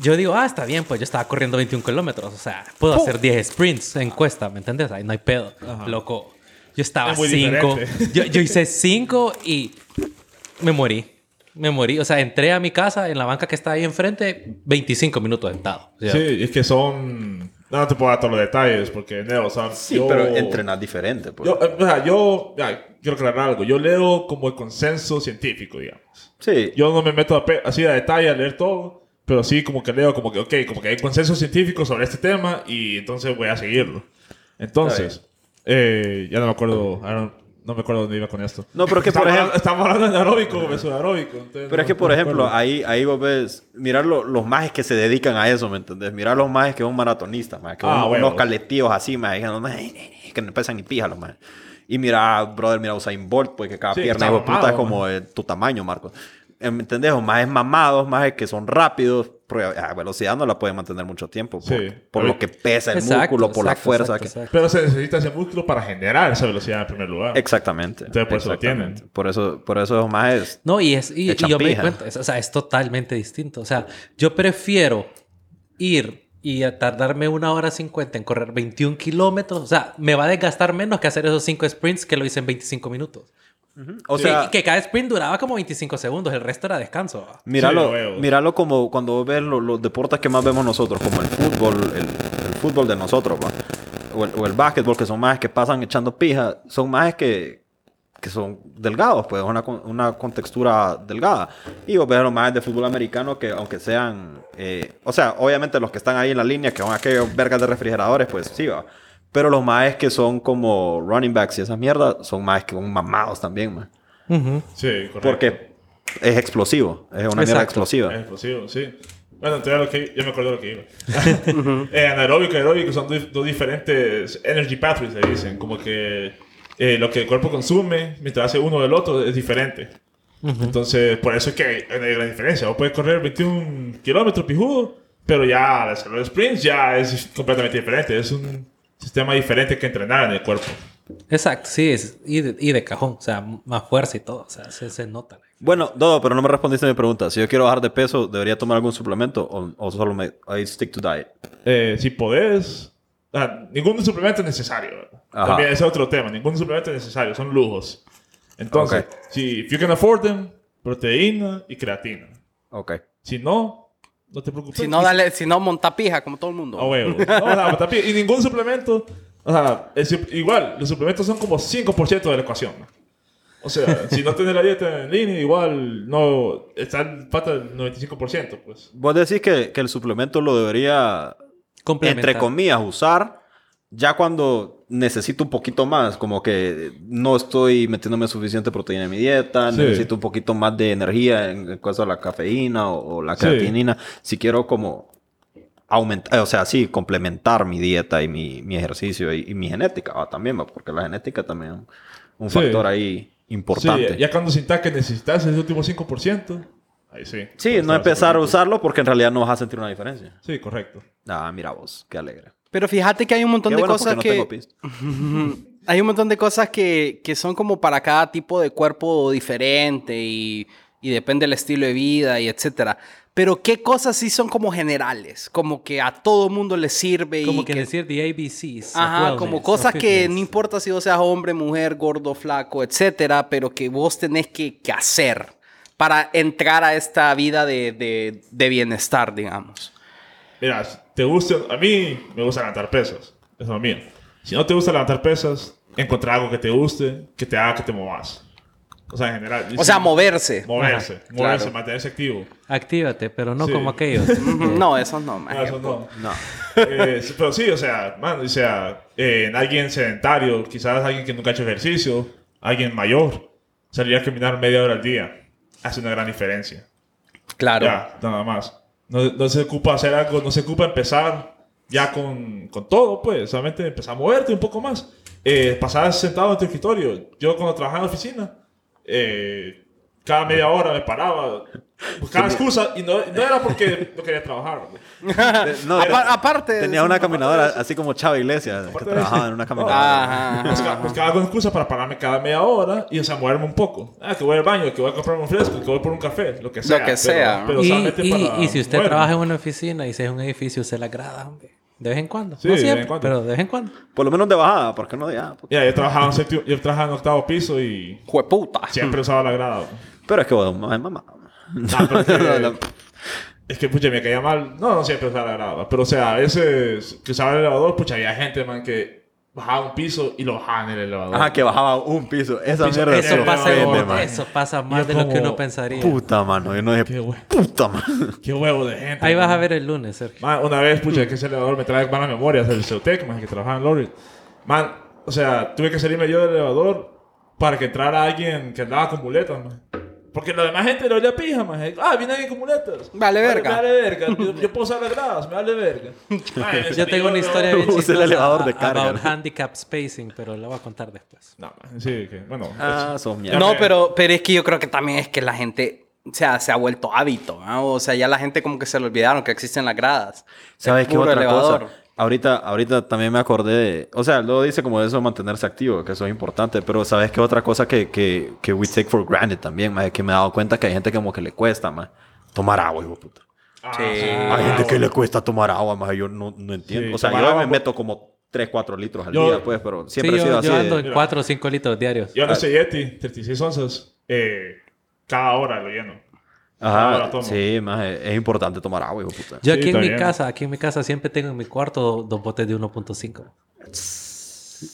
Yo digo, ah, está bien, pues yo estaba corriendo 21 kilómetros, o sea, puedo hacer 10 sprints en cuesta, ¿me entiendes? Ahí no hay pedo, loco. Yo estaba
Es muy
5,
diferente.
yo, yo hice 5 y me morí. Me morí, o sea, entré a mi casa en la banca que está ahí enfrente, 25 minutos sentado. O sea,
Sí, es que son... No, no te puedo dar todos los detalles porque, no, o sea,
Sí,
yo-
pero entrenar diferente. pues.
Yo, eh, o sea, yo... ya, quiero aclarar algo. Yo leo como el consenso científico, digamos.
sí.
Yo no me meto a pe- así a detalle a leer todo, pero sí como que leo como que, ok, como que hay consenso científico sobre este tema y entonces voy a seguirlo. Entonces, eh, ya no me acuerdo, ahora no, no me acuerdo dónde iba con esto.
No, pero es que,
Estamos
por ejemplo-
hablando- Estamos hablando de aeróbico, versus aeróbico. entonces
Pero es
no-
que, por
no me
ejemplo,
acuerdo.
ahí, ahí vos ves, mirar lo- los majes que se dedican a eso, ¿me entendés? Mirar los majes que son maratonistas, majes, que
Ah,
son
huevos.
unos caletíos así, majes, que, no, majes, que no pesan ni pija los majes. Y mira, brother, mira Usain Bolt, pues que cada
Sí, está
pierna hijo de puta
mamado, pues.
es como de tu tamaño, Marco. Eh, ¿Me entendés? O majes mamados, majes que son rápidos, Porque a a velocidad no la puede mantener mucho tiempo. Por,
Sí.
por lo que pesa el músculo, por la fuerza. que...
Pero se necesita ese músculo para generar esa velocidad en primer lugar.
Exactamente.
Entonces, por eso lo
exactamente.
tienen.
Por eso, por eso más es...
No, y, es, y,
Echan
y yo me di
pija.
cuenta, es- o sea, es totalmente distinto. O sea, yo prefiero ir y a tardarme una hora cincuenta en correr 21 kilómetros. O sea, me va a desgastar menos que hacer esos cinco sprints que lo hice en 25 minutos.
O
Y-
sea,
y que cada sprint duraba como 25 segundos, el resto era descanso. ¿va?
Míralo,
Sí, huevos.
míralo como cuando vos ves lo- los deportes que más vemos nosotros, como el fútbol, el, el fútbol de nosotros, ¿va? o el, o el básquetbol, que son más que pasan echando pija, son más que, que son delgados, pues una, con- una contextura delgada. Y vos ves a los más de fútbol americano que aunque sean, eh, o sea, obviamente los que están ahí en la línea, que son aquellos vergas de refrigeradores, pues sí, va. Pero los más que son como running backs y esas mierdas, son más que un mamados también, man.
Sí, correcto.
Porque es explosivo, es una mierda
Exacto.
explosiva.
Es explosivo, sí. Bueno, entonces lo que, yo me acuerdo de lo que iba. eh, anaeróbico y aeróbico son dos, dos diferentes energy pathways, le dicen. Como que eh, lo que el cuerpo consume mientras hace uno del otro es diferente. Entonces, por eso es que hay una gran diferencia. Vos puedes correr 21 kilómetros pijudo, pero ya al hacer los sprints ya es completamente diferente. Es un sistema diferente que entrenar en el cuerpo.
Exacto, sí, es, y, de, y de cajón, o sea, m- más fuerza y todo, o sea, se, se nota.
Bueno, Dodo, pero no me respondiste a mi pregunta. Si yo quiero bajar de peso, ¿debería tomar algún suplemento o, o solo me I stick to diet?
Eh, si podés. ah, ningún suplemento es necesario. ¿verdad?
Ajá.
También es otro tema. Ningún suplemento es necesario. Son lujos. Entonces,
Ok.
si if you can afford them, proteína y creatina.
Ok.
Si no, no te preocupes.
Si no, dale, si no, monta pija, como todo el mundo.
Ah,
A huevo. No, o sea, pero también- y ningún suplemento. O sea, el sup- igual, los suplementos son como 5% de la ecuación. ¿no? O sea, si no tienes la dieta en línea, igual no. Está, falta el 95%, pues.
Vos decís que, que el suplemento lo debería,
Complementar.
entre comillas, usar ya cuando necesito un poquito más, como que no estoy metiéndome suficiente proteína en mi dieta,
Sí.
necesito un poquito más de energía en en caso de la cafeína o, o la
Sí.
creatinina. Si quiero como aumentar, eh, o sea, sí, complementar mi dieta y mi, mi ejercicio y, y mi genética ah, también, va, porque la genética también es un- un
Sí.
factor ahí importante.
Sí, ya cuando sientas que necesitas ese último 5%, ahí sí. pues,
Sí, no empezar a usarlo porque en realidad no vas a sentir una diferencia.
Sí, correcto.
Ah, mira vos, qué alegre.
Pero fíjate que hay un montón
Qué
de
bueno porque
cosas
no
que.
tengo pis.
Ujú. Hay un montón de cosas que, que son como para cada tipo de cuerpo diferente y, y depende del estilo de vida y etcétera. Pero qué cosas sí son como generales, como que a todo mundo le sirve
Como
y
que
que-
decir the ABCs. of
Ajá,
wellness,
como
of
cosas que
fitness.
no importa si vos seas hombre, mujer, gordo, flaco, etcétera, pero que vos tenés que, que hacer para entrar a esta vida de, de- de bienestar, digamos.
Mira, si te gusta, a mí me gusta levantar pesas. Eso es lo mío. Si no te gusta levantar pesas, encontrar algo que te guste, que te haga que te movas. O sea, en general.
O sea, moverse.
Moverse,
Ajá,
moverse,
claro.
mantenerse activo.
Actívate, pero no
Sí.
como aquellos.
Ujú, No, eso no, man.
No, eso no.
pues, No.
Eh, sí, pero sí, o sea, man, o sea, eh, en alguien sedentario, quizás alguien que nunca ha hecho ejercicio, alguien mayor, salir a caminar media hora al día hace una gran diferencia.
Claro.
Ya, nada más. No, no se ocupa hacer algo, no se ocupa empezar ya con, con todo, pues. Solamente empezar a moverte un poco más. Eh, pasar sentado en tu escritorio. Yo cuando trabajaba en la oficina, eh, cada media hora me paraba, buscaba excusa y no, no era porque no quería trabajar. güey.
Eh, no,
Apa-
te-
aparte.
Tenía una caminadora así como Chava Iglesias, que
Aparte de
trabajaba
eso.
en una
Ajá,
caminadora.
ajá, ajá.
Busca- Buscaba alguna excusa para pararme cada media hora y, o sea, moverme un poco. Ah, que voy al baño, que voy a comprar un fresco, que voy por un café, lo que sea.
que sea.
y,
solamente
y-
para
y si usted
moverme.
trabaja en una oficina y si es un edificio, usted la agrada, hombre. De vez en cuando.
Sí,
no
de vez en
siempre,
cuando.
pero de vez en cuando.
Por lo menos de bajada, porque no de ah, puta.
Ya, yo trabajaba en séptimo- yo trabajaba en octavo piso y
Jueputa.
Siempre usaba la grada. güey.
Pero es que vos, mamá, mamá.
No, pero es que-
No, no.
es que, pucha, me caía mal. No, no siempre usaba la grada. güey. Pero, o sea, a veces que usaba el elevador, pucha, había gente, man, que bajaba un piso y lo bajaba en el elevador.
Ajá, que bajaba un piso. Esa
Piso-
mierda
Pero
Eso
sí,
no,
pasa,
no,
gordo,
vende,
no,
man.
eso pasa más
Yo
de lo que
como-
uno pensaría.
Puta, mano. Yo no
Qué,
dije,
hue-
puta, man.
qué huevo de gente.
Ahí vas a
man.
ver el lunes, Sergio.
Man, una vez, pucha, que ese elevador me trae malas memorias del Ceutec, man, que trabajaba en Lorry. Man, o sea, tuve que salirme yo del elevador para que entrara alguien que andaba con muletas, man. Porque la demás gente le olía pija, man. Ah, viene alguien con muletas.
Vale verga.
Me vale verga. Yo, yo puedo usar las gradas, me vale verga. Ah, Man, me
Yo
salí
tengo una
del
historia
elevador.
bien
Usa el
chistosa
elevador de
a-
carga,
about
¿no?
handicap spacing, pero la voy a contar después.
No, man, sí, que, bueno.
Ah, son
Ya
mierda.
No,
me-
pero, pero es que yo creo que también es que la gente o sea, se ha vuelto hábito. ¿no? O sea, ya la gente como que se le olvidaron que existen las gradas.
¿Sabes
Es
qué
puro
otra
elevador.
cosa? Ahorita, ahorita también me acordé de... O sea, luego dice como eso de mantenerse activo, que eso es importante. Pero ¿sabes qué otra cosa que, que, que we take for granted también, maje? Que me he dado cuenta que hay gente que como que le cuesta, más Tomar agua, hijo de puta.
pues, ah,
Sí.
Hay gente que le cuesta tomar agua, maje. Yo no, no entiendo.
Sí,
o sea, yo
tomar agua, pues.
me meto como 3, 4 litros al
Yo-
día, pues. Pero
sí,
siempre he
yo,
sido
yo
así.
ando
de-
en 4 o 5 litros diarios.
Yo no soy Yeti, 36 onzas. eh, cada hora lo lleno. Cada hora
Ajá.
Ah, tomo.
Sí, maje. Es importante tomar agua, hijo de puta.
Yo
Sí,
aquí en
está
mi
bien.
casa, aquí en mi casa siempre tengo en mi cuarto do- dos, botes de 1.5.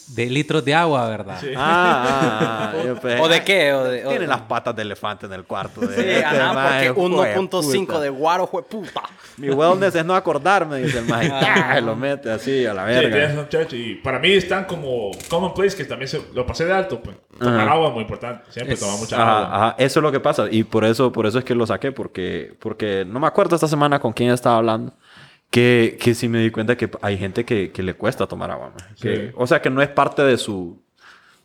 De litros de agua, ¿verdad?
Sí.
Ah, ah, ah, yo pensé,
¿O de qué? ¿O de, o-
Tiene las patas de elefante en el cuarto. de
Sí,
este,
ajá,
maje,
porque
puta.
1.5 de guaro fue puta.
Mi wellness es no acordarme, dice el maje. ¡Tah! lo mete así a la
Sí, tienes
verga.
un chacho. Y para mí están como commonplace que también se- lo pasé de alto. Pues. Tomar
Ajá.
agua es muy importante. Siempre
Es-
tomar mucha agua.
Ajá, ajá, eso es lo que pasa. Y por eso, por eso es que lo saqué, porque, porque no me acuerdo esta semana con quién estaba hablando. Que, que sí me di cuenta que hay gente que, que le cuesta tomar agua. maje. Que-
Sí.
O sea, que no es parte de su.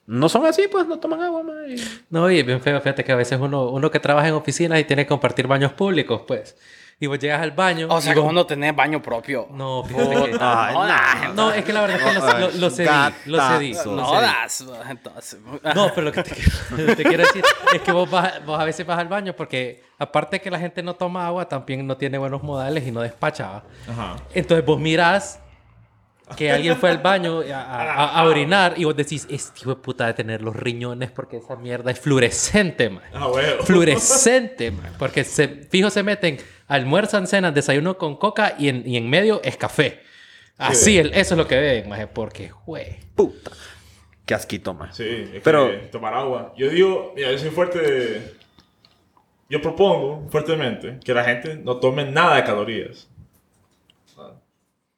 No son así, pues no toman agua. maje.
No, y bien feo, fíjate que a veces uno, uno que trabaja en oficinas y tiene que compartir baños públicos, pues. Y vos llegas al baño.
O sea,
y vos-
como no tenés baño propio.
No, fíjate que.
Ay,
no,
nah.
No, es que la verdad es que lo, lo- lo cedí. Lo cedí. lo
Gatazo.
No
cedí.
das. Entonces,
No, pero lo que te quiero, te quiero decir es que vos, vas- vos a veces vas al baño porque, aparte de que la gente no toma agua, también no tiene buenos modales y no despacha. ¿va?
Ajá.
Entonces vos mirás que alguien fue al baño a, a- a- a orinar y vos decís, este hijo de puta de tener los riñones porque esa mierda es fluorescente, man.
Ah, huevo.
Fluorescente, man. Porque se, fijo se meten, almuerzan, cenas, desayuno con coca y en, y en medio es café. Así,
Sí.
el- eso es lo que ven, maje, porque, güey.
Puta. Qué asquito, maje.
Sí, es que
Pero-
tomar agua. Yo digo, mira, yo soy fuerte. Yo propongo fuertemente que la gente no tome nada de calorías.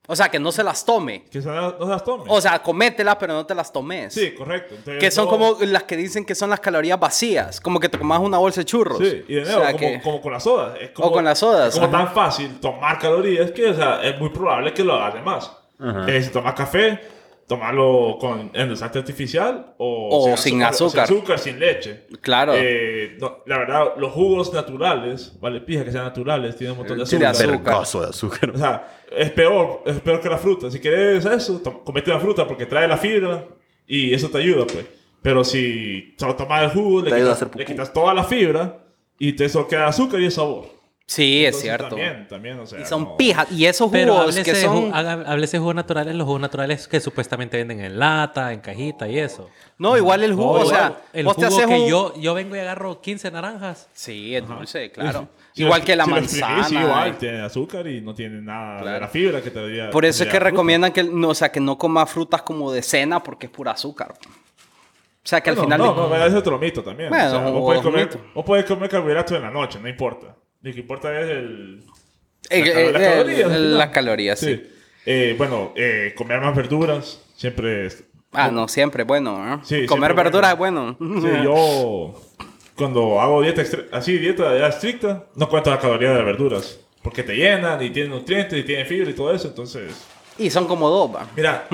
O sea, que no se las tome.
Que se la- no se las tome.
O sea, comételas, pero no te las tomes.
sí, correcto. Entonces,
Que son
no-
como las que dicen que son las calorías vacías. Como que te comas una bolsa de churros.
Sí, y de nuevo,
O sea,
como,
que-
como con las sodas. Es como,
O con las sodas,
Es como
ajá.
tan fácil tomar calorías que o sea, es muy probable que lo hagas de más.
Ajá.
Eh, si tomas café, tomarlo con endulzante artificial o,
O sin azúcar.
Sin azúcar, sin leche.
Claro.
Eh, no, la verdad, los jugos naturales, vale, pija que sean naturales, tienen un montón de
Eh, tiene
azúcar.
azúcar.
Vergazo de azúcar.
O sea, es peor, es peor que la fruta. Si quieres eso, to- comete la fruta porque trae la fibra y eso te ayuda, pues. Pero si solo tomas el jugo, le
Te ayuda a
quitas,
hacer pupú.
le quitas toda la fibra y te solo queda azúcar y el sabor.
Sí, es
Entonces,
cierto.
También, también, o sea,
Y son
no.
pijas. Y esos
Pero
jugos
háblese,
que
de
son...
ju- ah, haga- háblese de jugos naturales, los jugos naturales que supuestamente venden en lata, en cajita y eso.
No, igual el jugo.
No,
o sea,
el
vos te
jugo
haces
que
un-
yo, yo vengo y agarro 15 naranjas.
Sí, es dulce, claro.
Si
igual
lo-
que la
si lo exprimís,
manzana. eh.
igual, tiene azúcar y no tiene nada de la fibra que te daría.
Por eso es que
te daría fruta.
recomiendan que no, o sea, que no coma frutas como de cena porque es pura azúcar. O sea, que al
No,
final
No, no, es otro mito también.
Bueno,
o sea,
o
vos, puedes
dos
comer,
mitos.
vos puedes comer carbohidratos en la noche, no importa. Lo que importa es el.
Eh,
la-
eh,
las
eh,
calorías, al final.
las calorías, sí.
Eh, bueno, eh, comer más verduras siempre es.
Ah, no, siempre es bueno. ¿eh?
Sí,
Comer
siempre
verduras es bueno.
Sí, yo cuando hago dieta extre- así, dieta ya estricta, no cuento la caloría de verduras. Porque te llenan y tienen nutrientes y tienen fibra y todo eso. Entonces,
Y son como dos, va.
mira,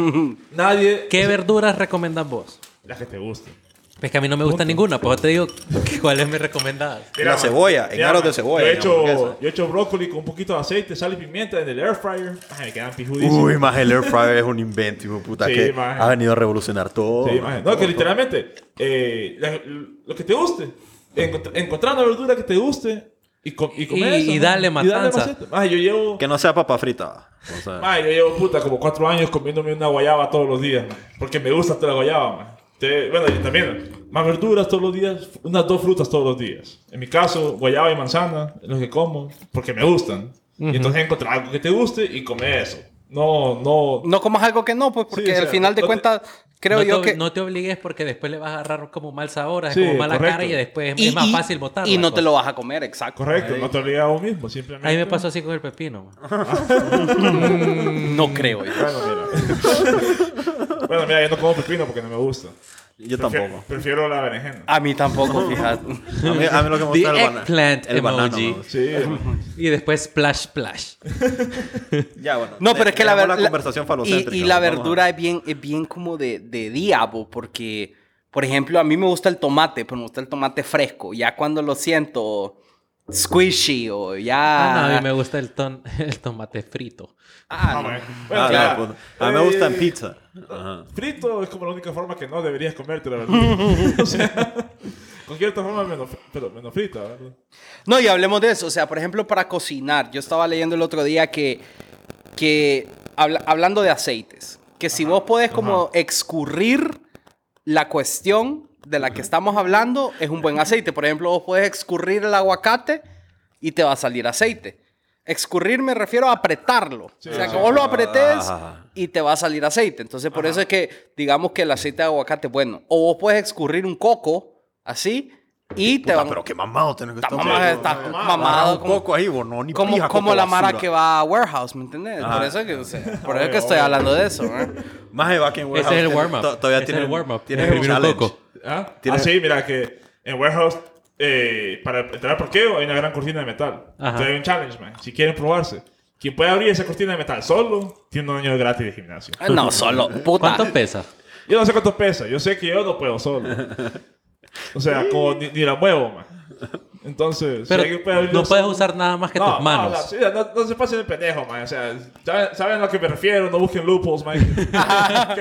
nadie.
¿Qué verduras recomendas vos?
Las que te gusten.
Es que a mí no me gusta ninguna, pues yo te digo que- cuáles me recomendadas.
La
man,
cebolla, en aros de
man,
cebolla,
Yo he,
en hamburguesa.
hecho, yo he hecho brócoli con un poquito de aceite, sal y pimienta en el air fryer. Ay, me quedan pijudísimos.
Uy, más el air fryer es un invento, hijo de puta,
Sí,
que
maje.
ha venido a revolucionar todo.
Sí,
maje,
maje.
todo,
No, que
todo.
literalmente, eh, la- lo que te guste, Encontrar encontrar una verdura que te guste y, co- y comer
Y-
eso,
y dale
maje.
matanza.
maceta. Maje, yo llevo,
Que no sea papa frita. va. O sea,
maje, yo llevo puta como cuatro años comiéndome una guayaba todos los días, maje, porque me gusta hasta la guayaba, maje. Te- bueno, y también más verduras todos los días, unas dos frutas todos los días. En mi caso, guayaba y manzana, es lo que como, porque me gustan. Y entonces encontrar algo que te guste y comer eso. No, no,
No comas algo que no, pues, porque
o sea,
al final de
no te-
cuentas, creo
no,
yo
te,
que.
no te obligues porque después le vas a agarrar como mal sabor, es
Sí,
como mala
correcto.
cara y después
y,
es más
y-
fácil botar.
Y
pues.
no te lo vas a comer, exacto.
correcto, no te obligas a vos mismo, simplemente.
A mí me pasó así con el pepino. man.
Mm, No creo eh. yo.
Bueno, mira. bueno, mira, yo no como pepino porque no me gusta.
yo
Prefiero-
tampoco.
Prefiero la berenjena.
A mí tampoco, fíjate.
A mí, a mí lo que me gusta
The
es el, bana-
eggplant
el banano.
emoji.
¿no?
Sí,
Y después splash, splash.
Ya, bueno.
No, pero es que la
dejemos
verdad.
La conversación
y,
falocéntrica.
y la
vamos a-
verdura es bien, es bien como de, de diabo, porque, por ejemplo, a mí me gusta el tomate, pero me gusta el tomate fresco. Ya cuando lo siento squishy o
Ah, no, a
ya.
mí me gusta el, ton- el tomate frito.
Ah, no.
Bueno,
Ah,
claro.
no, pues, a mí me gusta en pizza. Ajá.
Frito es como la única forma que no deberías comerte, la verdad. o sea, cualquier otra forma menos, pero menos frita, ¿verdad?
No, y hablemos de eso. O sea, por ejemplo, para cocinar. Yo estaba leyendo el otro día que, que habla- hablando de aceites, que si vos podés como excurrir la cuestión de la que estamos hablando, es un buen aceite. Por ejemplo, vos podés excurrir el aguacate y te va a salir aceite. Excurrir me refiero a apretarlo.
Sí,
o sea,
sí,
que vos lo apretes
Ah.
y te va a salir aceite. Entonces, por eso es que digamos que el aceite de aguacate es bueno. O vos podés excurrir un coco así y te
Puta,
van
pero qué mamado tenés que
Está
estar.
mamado,
Sí,
está
no,
mamado,
agarra Un
como-
poco ahí, vos, no, ni
como,
pija,
como
coco
la mara
basura.
que va a warehouse, ¿me entiendes?
Ajá.
Por eso que, o sea, por eso
Obvio,
que estoy
obvio.
hablando de eso. ¿eh?
Más de back in
Ese es
warehouse
el
tiene-
warm-up.
to- Todavía
Ese
tiene
es el warm-up.
Tiene
Exprimir un
challenge.
coco.
¿Ah?
Tiene-
Ah, sí, mira que en Warehouse, eh, para entrar al parqueo, hay una gran cortina de metal.
Ajá.
Entonces hay un challenge, man. Si quieren probarse, quien puede abrir esa cortina de metal solo, tiene un año gratis de gimnasio.
Ah, No, solo, puta.
¿Cuánto pesa?
Yo no sé cuánto pesa, yo sé que yo no puedo solo. O sea, como ni, ni la muevo, man. Entonces, si
Pero
alguien puede abrirlo
no puedes
solo-
usar nada más que
No,
tus manos.
No, o sea, sí, no, no se pasen de pendejo, man. O sea, ¿saben, saben a lo que me refiero, no busquen loopholes, man. que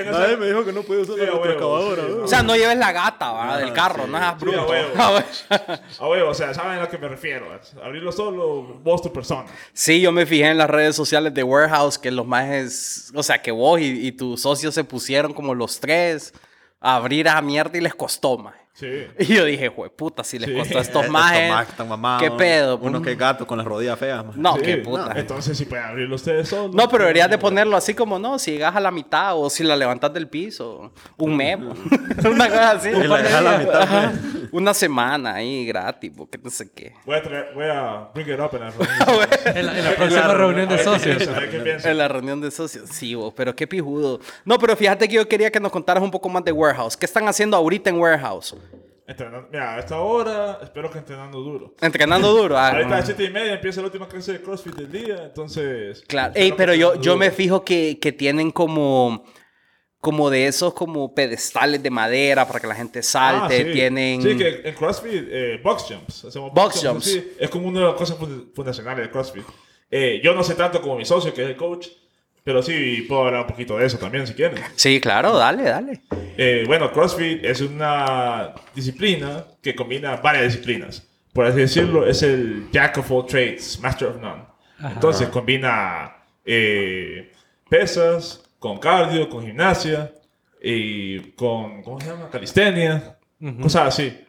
no
Nadie
sea-
me dijo que no podía usar
Sí, a
la
huevo,
excavadora.
sí,
¿no?
O sea, no lleves la gata ¿verdad? del carro, no seas
sí,
bruto.
a huevo. A Ah, huevo, o sea, saben a lo que me refiero. Abrirlo solo, vos tu persona.
Sí, yo me fijé en las redes sociales de Warehouse que los majes, o sea, que vos y, y tus socios se pusieron como los tres a abrir a mierda y les costó, más.
Sí.
Y yo dije, puta, si les
Sí.
costó a
Eh,
estos majes,
majes están mamados.
¿qué pedo? pues.
Unos que gatos con las rodillas feas. man.
No,
Sí,
qué puta.
no, Entonces, si pueden abrirlo ustedes solos.
No, pero deberías de ponerlo así como, no, si llegas a la mitad o si la levantas del piso, un memo, una cosa así.
Y la dejas a la mitad. pues.
Ajá.
man.
Una semana ahí gratis, porque no sé qué.
Voy a, traer- voy a bring it up en la reunión.
Ah,
En la, en la próxima reunión de
A ver qué
socios.
piensan, a ver qué piensan.
En la reunión de socios. Sí, vos, pero qué pijudo. No, pero fíjate que yo quería que nos contaras un poco más de Warehouse. ¿Qué están haciendo ahorita en Warehouse?
Entrenando- Mira, a esta hora, espero que entrenando duro.
Entrenando duro. Ah,
Ahorita a las 7 y media empieza la última clase de CrossFit del día, entonces...
Claro.
espero
Ey,
que
pero yo,
entrenando
yo me
duro.
fijo que, que tienen como... Como de esos como pedestales de madera para que la gente
Ah,
salte.
sí.
Tienen...
Sí, que en CrossFit, eh, box jumps. Hacemos
Box jumps.
así. Es como una de las cosas fun- fundacionales de CrossFit. Eh, yo no sé tanto como mi socio, que es el coach, pero sí puedo hablar un poquito de eso también, si quieren.
Sí, claro, dale, dale.
Eh, bueno, CrossFit es una disciplina que combina varias disciplinas. Por así decirlo, es el Jack of all trades, Master of none. Entonces combina eh, pesas con cardio, con gimnasia y con, ¿cómo se llama? Calistenia, cosas así.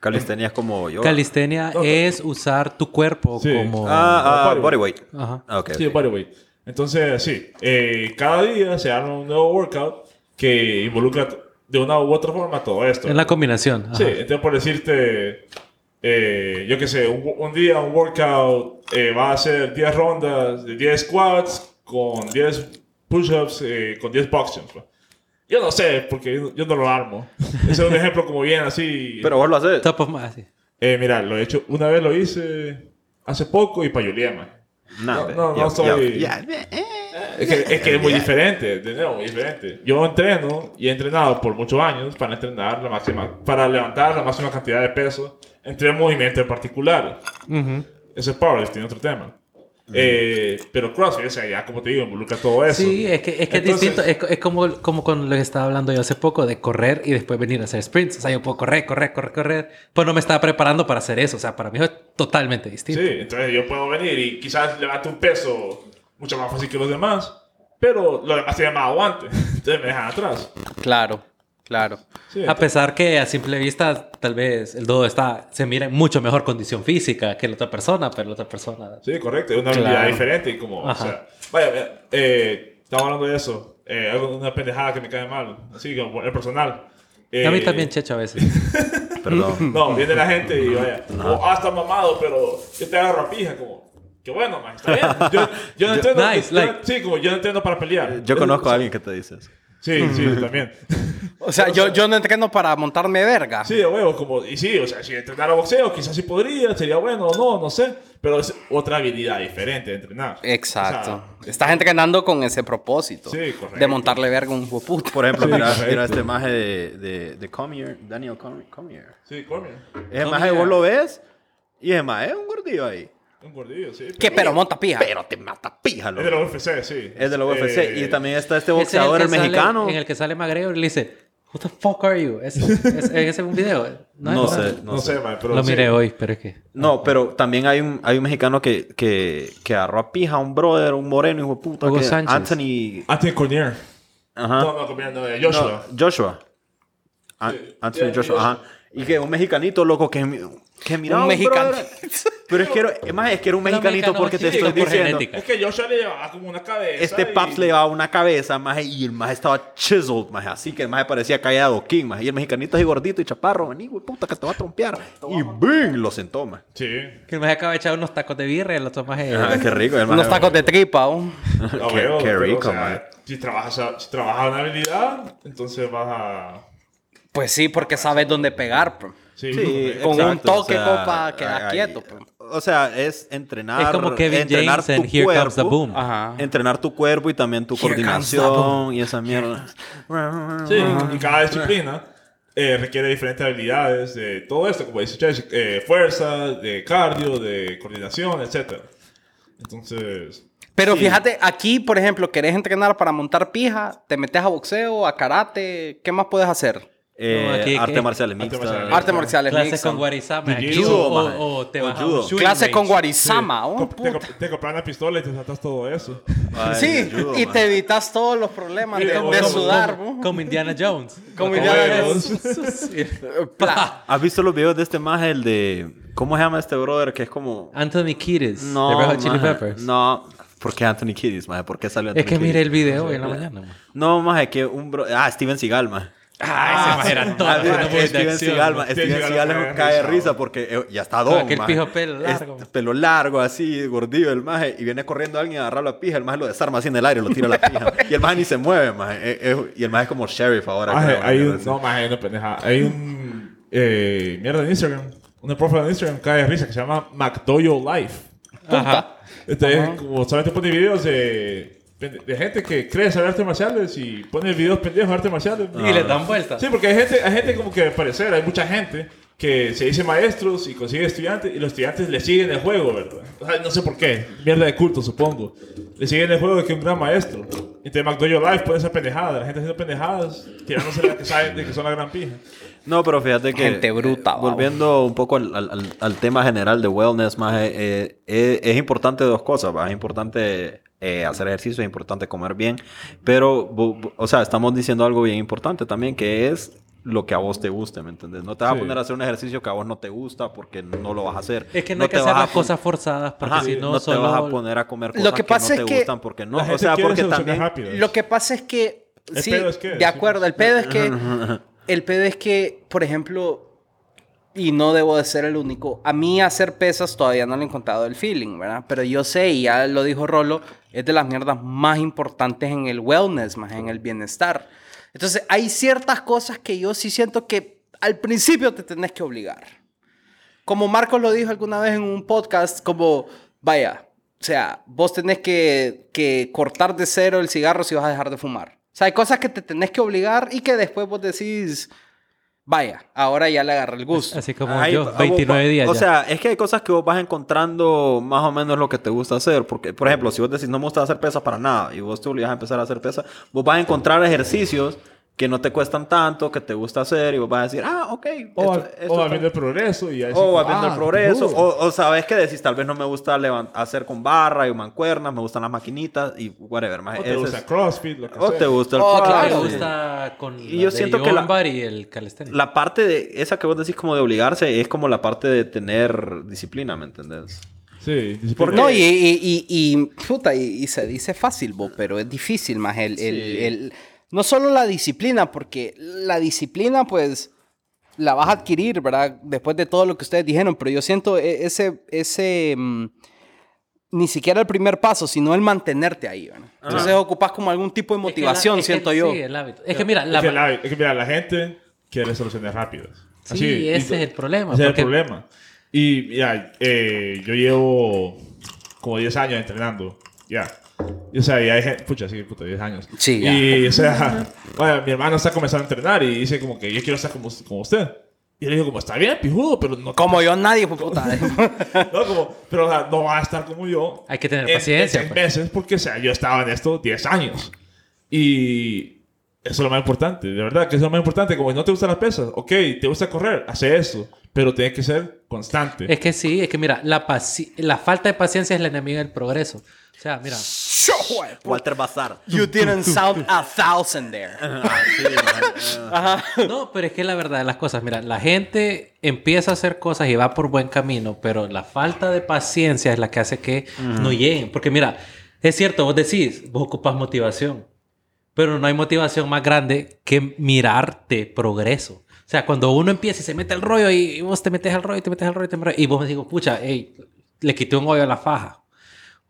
Calistenia como yo.
Calistenia es usar tu cuerpo
Sí.
como...
Ah, ah,
Body
bodyweight.
Ajá.
Ah, ok.
Sí,
ok.
bodyweight. Entonces, sí, eh, cada día se arma un nuevo workout que involucra de una u otra forma todo esto.
Es la combinación. ajá.
Sí, entonces por decirte, eh, yo qué sé, un, un día un workout eh, va a hacer 10 rondas de 10 squats con 10 push-ups, eh, con 10 box jumps. ¿no? Yo no sé, porque yo, yo no lo armo. Ese es un ejemplo como bien así.
Pero vos lo haces.
Top of mind, así.
Eh, mira, lo he hecho, una vez lo hice hace poco y para Juliana.
Nah,
No,
ve,
no,
ya-
no soy-
ya- ya- eh.
Es que, es que es muy diferente, de nuevo, muy diferente. Yo entreno y he entrenado por muchos años para entrenar la máxima, para levantar la máxima cantidad de peso entre movimientos en particular.
Ujú.
Eso es powerlifting, otro tema. Eh, pero CrossFit, o sea, ya como te digo, involucra todo eso.
Sí, es que es, que es
Entonces-
distinto. Es, co- es como, como con lo que estaba hablando yo hace poco de correr y después venir a hacer sprints. O sea, yo puedo correr, correr, correr, correr. Pues no me estaba preparando para hacer eso. O sea, para mí es totalmente
Sí,
distinto.
entonces yo puedo venir y quizás levanto un peso mucho más fácil que los demás, pero los demás tienen más aguante, entonces me dejan atrás.
Claro, claro.
Sí,
A pesar que a simple vista, tal vez el dodo está, se mira en mucho mejor condición física que la otra persona, pero la otra persona.
Sí, correcto. Es una
Claro.
habilidad diferente y como,
Ajá.
o sea, vaya, vaya, eh, estamos hablando de eso. Eh, algo- una pendejada que me cae mal, así como el personal. Eh,
a mí también checho a veces.
Este Perdón.
No, viene la gente y vaya, o, ah, está mamado, pero yo te agarro a pija, como, qué bueno, man, está bien. Yo, yo no entiendo,
Nice,
yo no-
like-
sí, como yo no entiendo para pelear.
Yo conozco a alguien que te dice eso.
Sí, sí, también.
O sea, yo, yo no entreno para montarme verga.
Sí, de huevo, como, y sí, o sea, si entrenara boxeo, quizás sí podría, sería bueno o no, no sé, pero es otra habilidad diferente de entrenar.
Exacto.
O sea,
Estás entrenando con ese propósito.
Sí, correcto. Pues,
De montarle verga a un hijo de puta.
Por ejemplo,
Sí,
mira,
correcto.
mira este maje de, de, de Comier, Daniel Com- Comier.
sí, comier.
Ese
Comier.
maje vos lo ves Y es más, es un gordillo ahí.
Un gordillo, sí.
Que pero monta pija.
Pero te mata píjalo.
Es de la UFC, sí.
Es de la UFC.
Eh,
Y también está este
Ese es el
boxeador,
que
el,
sale-
mexicano.
En el que sale McGregor y le dice, What the fuck are you? Ese es, ese es un video.
No,
es?
sé, no,
No
sé.
sé, man, pero
Lo
sí.
miré hoy, pero es que...
No, pero también hay un, hay un mexicano que, que, que agarró a pija, un brother, un moreno, hijo de puta.
Hugo
que-
Sánchez.
Anthony.
Anthony Cornier.
Ajá.
No, no, comiendo de
No,
Joshua.
Joshua. An-
Sí,
Anthony
sí,
Joshua,
Joshua.
ajá. Y que un mexicanito, loco, que, mi- que mira
Un
un
mexicano.
brother. Pero es que, era- es más, es que era un
Pero
mexicanito
mexicano
porque te
sí,
estoy
digo, por
diciendo.
genética.
Es que Joshua le llevaba como una cabeza.
Este
y-
paps le daba una cabeza, más y el más estaba chiseled, más así que el más parecía callado King, más y el mexicanito es gordito y chaparro, maní, güey, puta que te va a trompear. Y ¡bing! lo sentó, más.
Sí.
Que me acaba de echar unos tacos de birra y los tomas... eh,
Ajá, Ah, qué rico, el maje.
Unos tacos de tripa, oh. ¿o?
A
Qué-
huevo,
Qué
pero,
rico,
o sea,
man.
Si trabajas, a- si trabajas una habilidad, entonces vas a.
Pues sí, porque sabes dónde pegar. pues.
Sí,
Sí,
eh,
con un
exacto,
toque, compa, queda
ay,
quieto, pues.
O sea, es entrenar.
Es como Kevin
entrenar
James en
tu
Here Comes the
cuerpo,
Boom.
Ajá.
Entrenar tu cuerpo y también tu
Here comes the
coordinación
boom.
y esa mierda.
Sí, y cada disciplina eh, requiere diferentes habilidades de todo esto, como dice Chelsea, eh, fuerza, de cardio, de coordinación, etc. Entonces,
Pero fíjate, aquí, por ejemplo, querés entrenar para montar pija, te metes a boxeo, a karate, ¿qué más puedes hacer?
Eh,
No, aquí-
arte
que-
marcial
Arte
mixta.
marciales.
Artes marciales
Clases
mixtas.
con guarizama.
Jiu-jitsu,
judo,
maje.
o, o te
O
vas a
judo.
un shooting
Clases con
range.
guarizama, oh, ¿o?
co- te, co- te compran la pistola y te saltas todo eso.
Ay,
Sí,
judo,
y
man.
te evitas todos los problemas
Sí,
de,
como-
de
como-
sudar, oh.
Como-
¿no?
Como Indiana Jones.
Como
Indiana
Pla.
¿Has visto los videos de este más, el de. ¿Cómo se llama este brother? Que es como.
Anthony Kiedis.
No.
de Red Hot Chili
maje,
Peppers.
No. ¿Por qué Anthony Kiddis, maje? ¿Por qué salió Anthony
Es que
Kiddis?
mire el video hoy en la mañana. man.
No, maje, que un bro. Ah, Steven Seagal, maje.
Ah, ese era todo.
Ah,
haciendo
mira,
movies de
Steven
acción,
Seagal,
man.
ma, Steven
Seagal
Seagal
me
es
da
un cae de
risa,
risa
man.
porque eh, ya está
Con
don,
aquel
ma.
pijo pelo
Este
largo, man.
pelo largo, así, gordillo el maje. Y viene corriendo alguien a agarrar la pija. El maje lo desarma así en el aire, lo tira a la pija. y el maje ni se mueve, maje. Eh, eh, y el maje es como sheriff ahora.
Ah,
creo,
hay
creo,
un,
así.
no, más hay una pendeja. Hay un. Eh, mierda en Instagram. Una profile en Instagram cae de risa que se llama McDoyo Life.
Ajá.
Entonces, como solamente pone videos de, de gente que cree saber artes marciales y pone videos pendejos de artes marciales.
Y le dan vueltas.
Sí, porque hay gente, hay gente como que al parecer, hay mucha gente que se dice maestros y consigue estudiantes y los estudiantes le siguen el juego, ¿verdad? O sea, no sé por qué, mierda de culto, supongo. Le siguen el juego de que un gran maestro. Entonces McDojo Live pone esa pendejada, la gente haciendo pendejadas, tirándose las que saben de que son la gran pija.
No, pero fíjate que.
Gente bruta,
eh,
babo.
volviendo un poco al, al- al- al tema general de wellness, más eh, es importante dos cosas, va. Es importante eh, hacer ejercicio, es importante comer bien. Pero, bu- bu- o sea, estamos diciendo algo bien importante también, que es lo que a vos te guste, ¿me entiendes? No te vas
Sí.
a poner a hacer un ejercicio que a vos no te gusta porque no lo vas a hacer.
Es que no, hay que
te
hacer
vas a
las
pon-
cosas forzadas porque
Ajá,
si no,
no te
solo...
vas a poner a comer cosas
que pasa
no
es
te
que
gustan porque no,
La
o
gente
sea,
quiere
porque
soluciones
también
rápidas.
Lo que pasa es que.
El
sí,
pedo es que-
de acuerdo. El pedo es que. El pedo es que, por ejemplo, y no debo de ser el único, a mí hacer pesas todavía no le he encontrado el feeling, ¿verdad? Pero yo sé, y ya lo dijo Rolo, es de las mierdas más importantes en el wellness, más en el bienestar. Entonces, hay ciertas cosas que yo sí siento que al principio te tenés que obligar como Marcos lo dijo alguna vez en un podcast, como, vaya, o sea, vos tenés que, que cortar de cero el cigarro si vas a dejar de fumar. O sea, hay cosas que te tenés que obligar y que después vos decís, vaya, ahora ya le agarré el gusto.
Así como
Ahí, ah,
yo,
vos
29
va-
días
O
ya.
sea, es que hay cosas que vos vas encontrando más o menos lo que te gusta hacer. Porque, por ejemplo, si vos decís no me gusta hacer pesas para nada y vos te obligas a empezar a hacer pesas, vos vas a encontrar ejercicios que no te cuestan tanto, que te gusta hacer y vos vas a decir, ah, ok.
O,
esto- esto
o
está-
habiendo el progreso y así.
o va viendo el
ah,
progreso.
cool.
O, o sabes que decís, tal vez no me gusta levan- hacer con barra y macuernas, me gustan las maquinitas y whatever. Más
O te
ese
gusta
es-
CrossFit, lo que
o
sea.
te gusta el
Oh,
cross,
claro,
Ah, Me
sí.
gusta con
Y yo
de
siento que la-
Yombar y el calisthenics.
La parte de esa que vos decís como de obligarse es como la parte de tener disciplina, ¿me entendés?
Sí, disciplina.
Porque-
No, y, y, y, y, puta, y, y se dice fácil, bo, pero es difícil más el, el-
Sí.
el- No solo la disciplina, porque la disciplina, pues, la vas a adquirir, ¿verdad? Después de todo lo que ustedes dijeron, pero yo siento e- ese... ese mm, ni siquiera el primer paso, sino el mantenerte ahí. ¿verdad? Entonces ocupas como algún tipo de
Es que la-
motivación,
es que-
siento yo.
Sí, el hábito. Es que mira,
Es,
la,
que la, es que mira, la gente quiere soluciones rápidas.
Sí,
y-
ese es el problema,
Ese es
porque-
el problema. Y mira, eh, yo llevo como 10 años entrenando. Ya. Y, o sea, y hay gente, pucha, sí, puta, 10 años.
Sí, ya.
Y, o sea, bueno, mi hermano está comenzando a entrenar y dice como que yo quiero estar como, como usted. Y le digo, como, está bien, pijudo, pero no...
Como yo, nadie, pues, puta.
No, como, pero o sea, no va a estar como yo.
Hay que tener
en-
paciencia,
En seis
pues.
meses, porque o sea, yo estaba en esto 10 años. Y eso es lo más importante, de verdad, que eso es lo más importante. Como no te gustan las pesas, ok, te gusta correr, hace eso, pero tienes que ser constante.
Es que sí, es que mira, la, paci- la falta de paciencia es la enemiga del progreso. O sea, mira,
Walter Bazar.
pues. You didn't sound a thousand there.
Ah,
no, pero es que la verdad de las cosas, mira, la gente empieza a hacer cosas y va por buen camino, pero la falta de paciencia es la que hace que no lleguen. Porque mira, es cierto, vos decís, vos ocupas motivación, pero no hay motivación más grande que mirarte progreso. O sea, cuando uno empieza y se mete el rollo y y vos te metes al rollo y te metes al rollo y te metes al rollo, y vos me digo, pucha, ey, le quité un hoyo a la faja.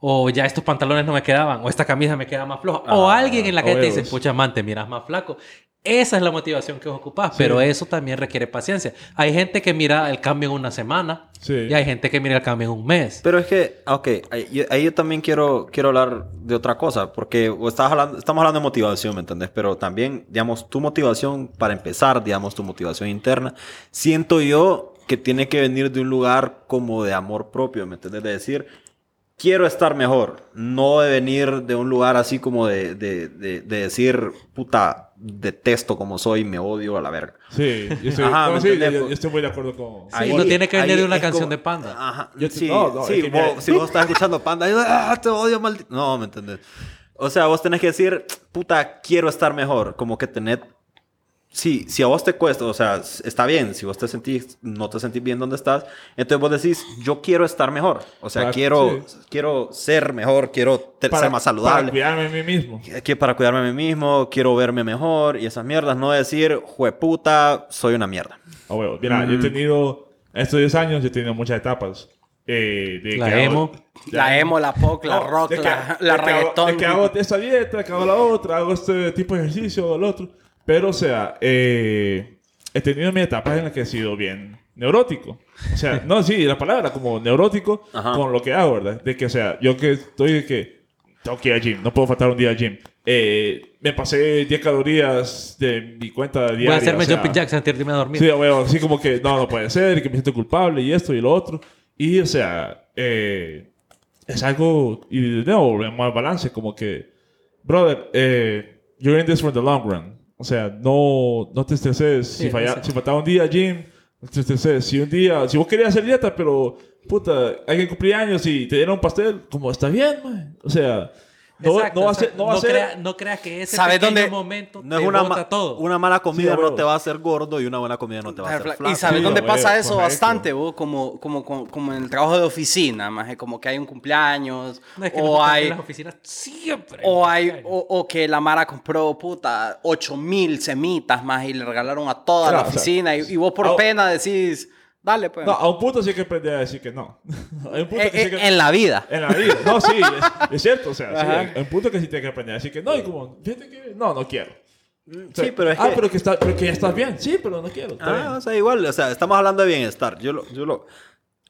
O ya estos pantalones no me quedaban. O esta camisa me queda más floja. o
Ah,
alguien en la calle te dice,
huevos.
pucha, man, te miras más flaco. Esa es la motivación que vos ocupás. Pero eso también requiere paciencia. Hay gente que mira el cambio en una semana.
Sí.
Y hay gente que mira el cambio en un mes.
Pero es que, ok, ahí yo, ahí yo también quiero, quiero hablar de otra cosa, porque o estás hablando, estamos hablando de motivación, ¿me entendés? Pero también, digamos, tu motivación para empezar, digamos, tu motivación interna, siento yo que tiene que venir de un lugar como de amor propio, ¿me entendés? De decir, quiero estar mejor, no de venir de un lugar así como de, de, de, de decir, puta, detesto como soy, me odio a la verga.
Sí, yo estoy,
Ajá,
no,
me
sí,
entendés,
yo-
pues.
yo estoy muy de acuerdo con...
Sí, no tiene que venir
ahí
de una
es
canción de Panda.
Ajá.
Yo te-
sí,
no, no,
sí,
es que mira-
vos- si vos estás escuchando Panda, yo, "Ah, te odio, maldito. No, ¿me entendés? O sea, vos tenés que decir, puta, quiero estar mejor. Como que tener... Sí, si a vos te cuesta, o sea, s- está bien. Si vos te sentís, no te sentís bien donde estás, entonces vos decís, yo quiero estar mejor. O sea,
Para-
quiero,
sí.
quiero ser mejor, quiero te-
para-
ser más saludable Eh,
Para cuidarme a mí mismo.
que para cuidarme a mí mismo, quiero verme mejor y esas mierdas, no decir, jueputa, soy una mierda.
A huevo. Ah, Mira, yo he tenido... Estos 10 años yo he tenido muchas etapas. Eh, de
La
que hago-
emo.
La emo, la pop, la
No,
rock,
de que-
la,
de
la
que hago-
reggaetón.
de que hago esta dieta, de que hago la otra, hago este tipo de ejercicio o el otro. Pero, o sea, eh, he tenido mis etapas en las que he sido bien neurótico. O sea, no, sí, la palabra como neurótico
Ajá.
con lo que hago, ¿verdad? De que, o sea, yo que estoy de que tengo que ir al gym, no puedo faltar un día al gym. Eh, me pasé 10 calorías de mi cuenta diaria.
Voy a hacerme
o sea,
jumping jacks antes de irme a dormir.
Sí, a huevo, así como que no, no puede ser, y que me siento culpable y esto y lo otro. Y, o sea, eh, es algo, y de nuevo, volvemos al balance, como que, brother, eh, you're in this for the long run. O sea, no, no te estreses si,
Sí,
falla-
sí.
si faltaba un día al gym, no te estreses. Si un día, si vos querías hacer dieta, pero, puta, alguien cumplía años y te dieron un pastel, como está bien, man. O sea, no,
Exacto,
no va a
o sea,
ser, no va a ser.
crea- no creas que ese
¿Sabes
pequeño
dónde?
momento
No es
te
una,
bota
ma-
todo.
una mala comida
Sí,
no
huevo.
te va a hacer gordo y una buena comida no te va a hacer flaco.
Y sabes
Sí,
dónde
a
pasa
huevo,
eso
correcto.
bastante, vos, como, como, como, como en el trabajo de oficina, maje, como que hay un cumpleaños,
No, es que
o
nosotros en
hay,
las oficinas siempre.
o hay,
Siempre.
o, o que la Mara compró, puta, ocho mil semitas, más y le regalaron a toda
Claro,
la
o sea,
oficina, y, y vos por
ah,
pena decís, dale, pues,
No, a un punto sí hay que aprender a decir que no. Hay un punto
Eh,
que sí
eh,
que-
en la vida.
En la vida. No, sí, es, es cierto. O sea, sí,
Ajá.
hay- hay un punto que sí tienes que aprender. Así que no, y como, fíjate que no, no quiero. O sea,
Sí, pero es
ah,
que-
pero que, está, pero que ya estás bien. Sí, pero no quiero. está
Ah, o sea, igual, o sea, estamos hablando de bienestar. Yo lo, yo lo,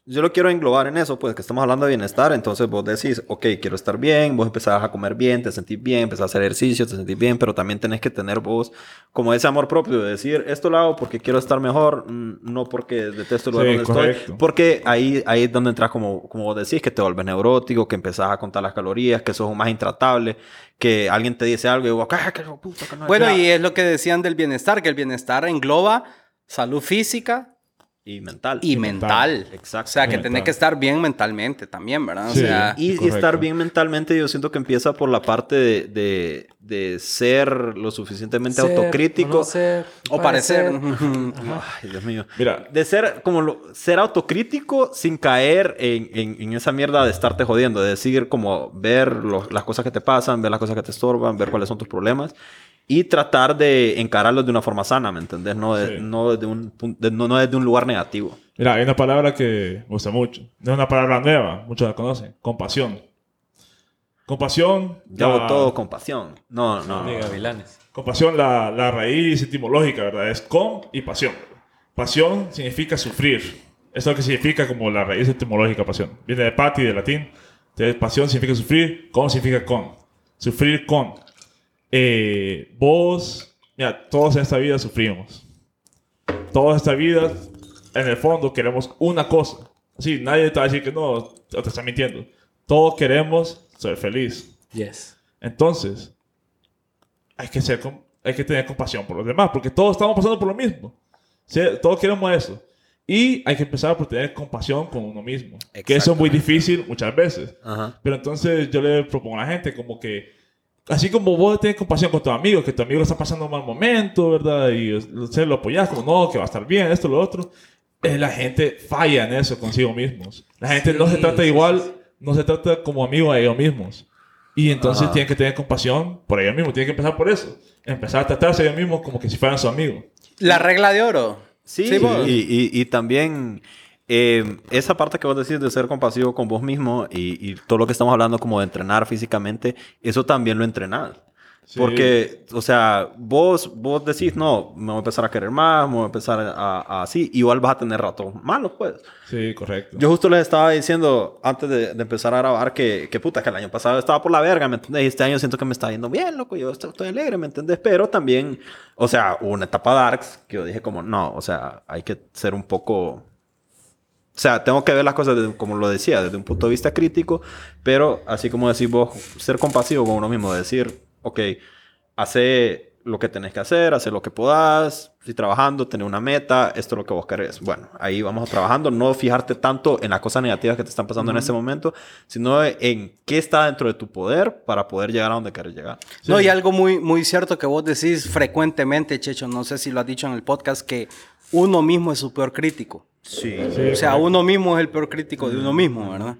yo lo quiero englobar en eso, pues, que estamos hablando de bienestar. Entonces vos decís, ok, quiero estar bien, vos empezás a comer bien, te sentís bien, empezás a hacer ejercicio, te sentís bien, pero también tenés que tener vos como ese amor propio de decir, esto lo hago porque quiero estar mejor, mm, no porque detesto el lugar
Sí,
donde
correcto.
estoy. Porque ahí, ahí es donde entras, como, como vos decís, que te vuelves neurótico, que empezás a contar las calorías, que sos un más intratable, que alguien te dice algo y vos, "Ah, que puta, que no
Bueno, y es lo que decían del bienestar, que el bienestar engloba salud física
y mental.
y mental.
Exacto.
O sea, que
Mental.
tenés que estar bien mentalmente también, ¿verdad? O
Sí.
sea,
Y, y
Correcto.
estar bien mentalmente, yo siento que empieza por la parte de, de- de ser lo suficientemente
Ser,
autocrítico.
conocer,
o parecer.
Ay, Dios mío.
Mira.
De ser como lo- ser autocrítico sin caer en, en- en esa mierda de estarte jodiendo, de decir como ver lo- las cosas que te pasan, ver las cosas que te estorban, ver cuáles son tus problemas y tratar de encararlos de una forma sana, ¿me entendés? No, de-
Sí.
no, desde, un, pun- de- no, no desde un lugar negativo.
Mira, hay una palabra que me gusta mucho. No es una palabra nueva, muchos la conocen. Compasión. Compasión.
Yo hago
la-
todo con pasión. No, no.
De gavilanes.
Compasión, la, la raíz etimológica, ¿verdad? Es con y pasión. Pasión significa sufrir. Eso es lo que significa como la raíz etimológica, pasión. Viene de pati, de latín. Entonces, pasión significa sufrir, con significa con. Sufrir con. Eh, vos, mira, todos en esta vida sufrimos. Todos en esta vida en el fondo queremos una cosa. Sí, nadie te va a decir que no, o te está mintiendo. Todos queremos ser feliz.
Yes.
Entonces, hay que, ser com- hay que tener compasión por los demás, porque todos estamos pasando por lo mismo. Sí, Todos queremos eso. Y hay que empezar por tener compasión con uno mismo. Que eso es muy difícil muchas veces.
Ajá.
Pero entonces yo le propongo a la gente como que, así como vos tenés compasión con tus amigos, que tu amigo está pasando un mal momento, ¿verdad? Y o sea, lo apoyás como, no, que va a estar bien, esto, lo otro. Eh, la gente falla en eso consigo mismos. La gente no se
Sí,
trata
sí,
igual,
sí, sí.
no se trata como amigos a ellos mismos. Y entonces
Ajá.
tienen que tener compasión por ellos mismos, tienen que empezar por eso. Empezar a tratarse a ellos mismos como que si fueran su amigo.
La regla de oro.
Sí,
vos.
y, y- y también eh, esa parte que vos decís de ser compasivo con vos mismo y, y todo lo que estamos hablando como de entrenar físicamente, eso también lo entrenás.
Sí.
Porque, o sea, vos, vos decís, no, me voy a empezar a querer más, me voy a empezar a, a- así, igual vas a tener ratos malos, pues.
Sí, correcto.
Yo justo les estaba diciendo antes de, de empezar a grabar que, que puta, que el año pasado estaba por la verga, ¿me entendés? Y este año siento que me está yendo bien, loco, yo estoy, estoy alegre, ¿me entendés? Pero también, o sea, hubo una etapa darks que yo dije como, no, o sea, hay que ser un poco... O sea, tengo que ver las cosas, desde- como lo decía, desde un punto de vista crítico, pero así como decís vos, ser compasivo con uno mismo, decir, ok, hace lo que tenés que hacer, hace lo que podás, si trabajando, tener una meta, esto es lo que vos querés. Bueno, ahí vamos trabajando, no fijarte tanto en las cosas negativas que te están pasando en este momento, sino en qué está dentro de tu poder para poder llegar a donde querés llegar.
No, y algo muy, muy cierto que vos decís frecuentemente, Checho, no sé si lo has dicho en el podcast, que uno mismo es su peor crítico.
Sí. Mm.
Sí,
O sea, uno mismo es el peor crítico de uno mismo, ¿verdad?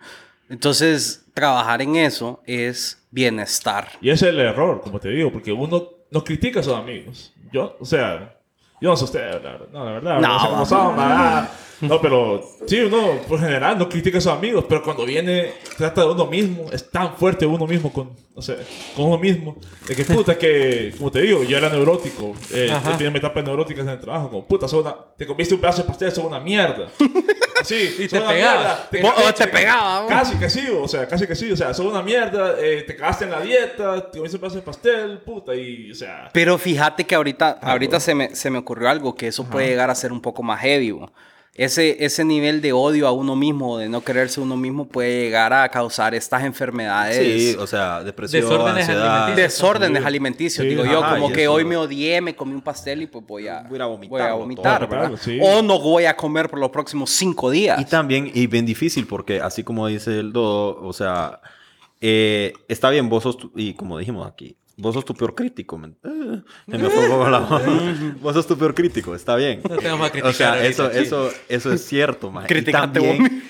Entonces, trabajar en eso es bienestar.
Y ese es el error, como te digo, porque uno no critica a sus amigos. Yo, o sea, yo no sé ustedes, la verdad. No, la
No,
verdad, no, sé cómo
vamos.
son, la verdad. No, pero sí, uno por general no critica a sus amigos, pero cuando viene, trata de uno mismo, es tan fuerte uno mismo con, o sea, con uno mismo, de que puta, que, como te digo, yo era neurótico, eh, yo tenía mi etapa neurótica en el trabajo, como puta, sos una- te comiste un pedazo de pastel, sos una mierda. Sí,
Y
sos
te pegaba.
una mierda,
Vos-
cagaste,
o te pegaba, vos.
Casi que sí, o sea, casi que sí, o sea, sos una mierda, eh, te cagaste en la dieta, te comiste un pedazo de pastel, puta, y, o sea,
Pero fíjate que ahorita, ahorita se, me, se me ocurrió algo que eso puede llegar a ser un poco más heavy. bo. Ese, ese nivel de odio a uno mismo, de no quererse uno mismo, puede llegar a causar estas enfermedades.
Sí, o sea, depresión,
Desórdenes
ansiedad.
alimenticios.
Desórdenes
Sí.
alimenticios,
Sí.
digo yo,
Ajá,
como
y
que
eso-
hoy me odié, me comí un pastel y pues voy a,
Voy a vomitarlo
voy a
todo.
vomitar, ¿verdad?
Vomitarlo, sí.
O no voy a comer por los próximos cinco días.
Y también, y bien difícil, porque así como dice el Dodo, o sea, eh, está bien, vos sos, tu- y como dijimos aquí, vos sos tu peor crítico. men- eh, se me fue como la Vos sos tu peor crítico, está bien.
No te vamos a criticar
O sea,
ahorita,
eso,
sí.
eso, eso es cierto, man. Y
Criticate vos
también,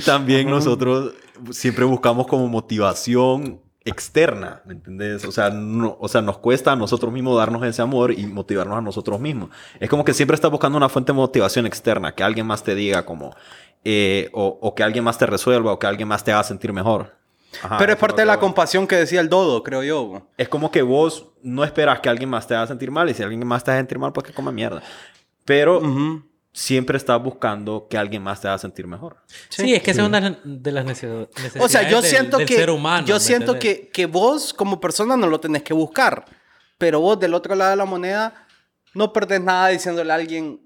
también nosotros siempre buscamos como motivación externa, ¿me entendés? O sea, no, o sea, nos cuesta a nosotros mismos darnos ese amor y motivarnos a nosotros mismos. Es como que siempre estás buscando una fuente de motivación externa, que alguien más te diga como, eh, o, o que alguien más te resuelva, o que alguien más te haga sentir mejor.
Pero
Ajá, Ah, eso
es parte de
lo
la
que voy.
compasión que decía el Dodo, creo yo. bo.
Es como que vos no esperas que alguien más te haga sentir mal, y si alguien más te hace sentir mal, pues que coma mierda. Pero
Ujú.
siempre estás buscando que alguien más te haga sentir mejor.
Sí, es que esa es una de las necesi- necesidades
O sea, yo
del-
siento
del
que
ser humano.
yo
¿me
siento
entendés?
que, que vos como persona no lo tenés que buscar, pero vos del otro lado de la moneda no perdés nada diciéndole a alguien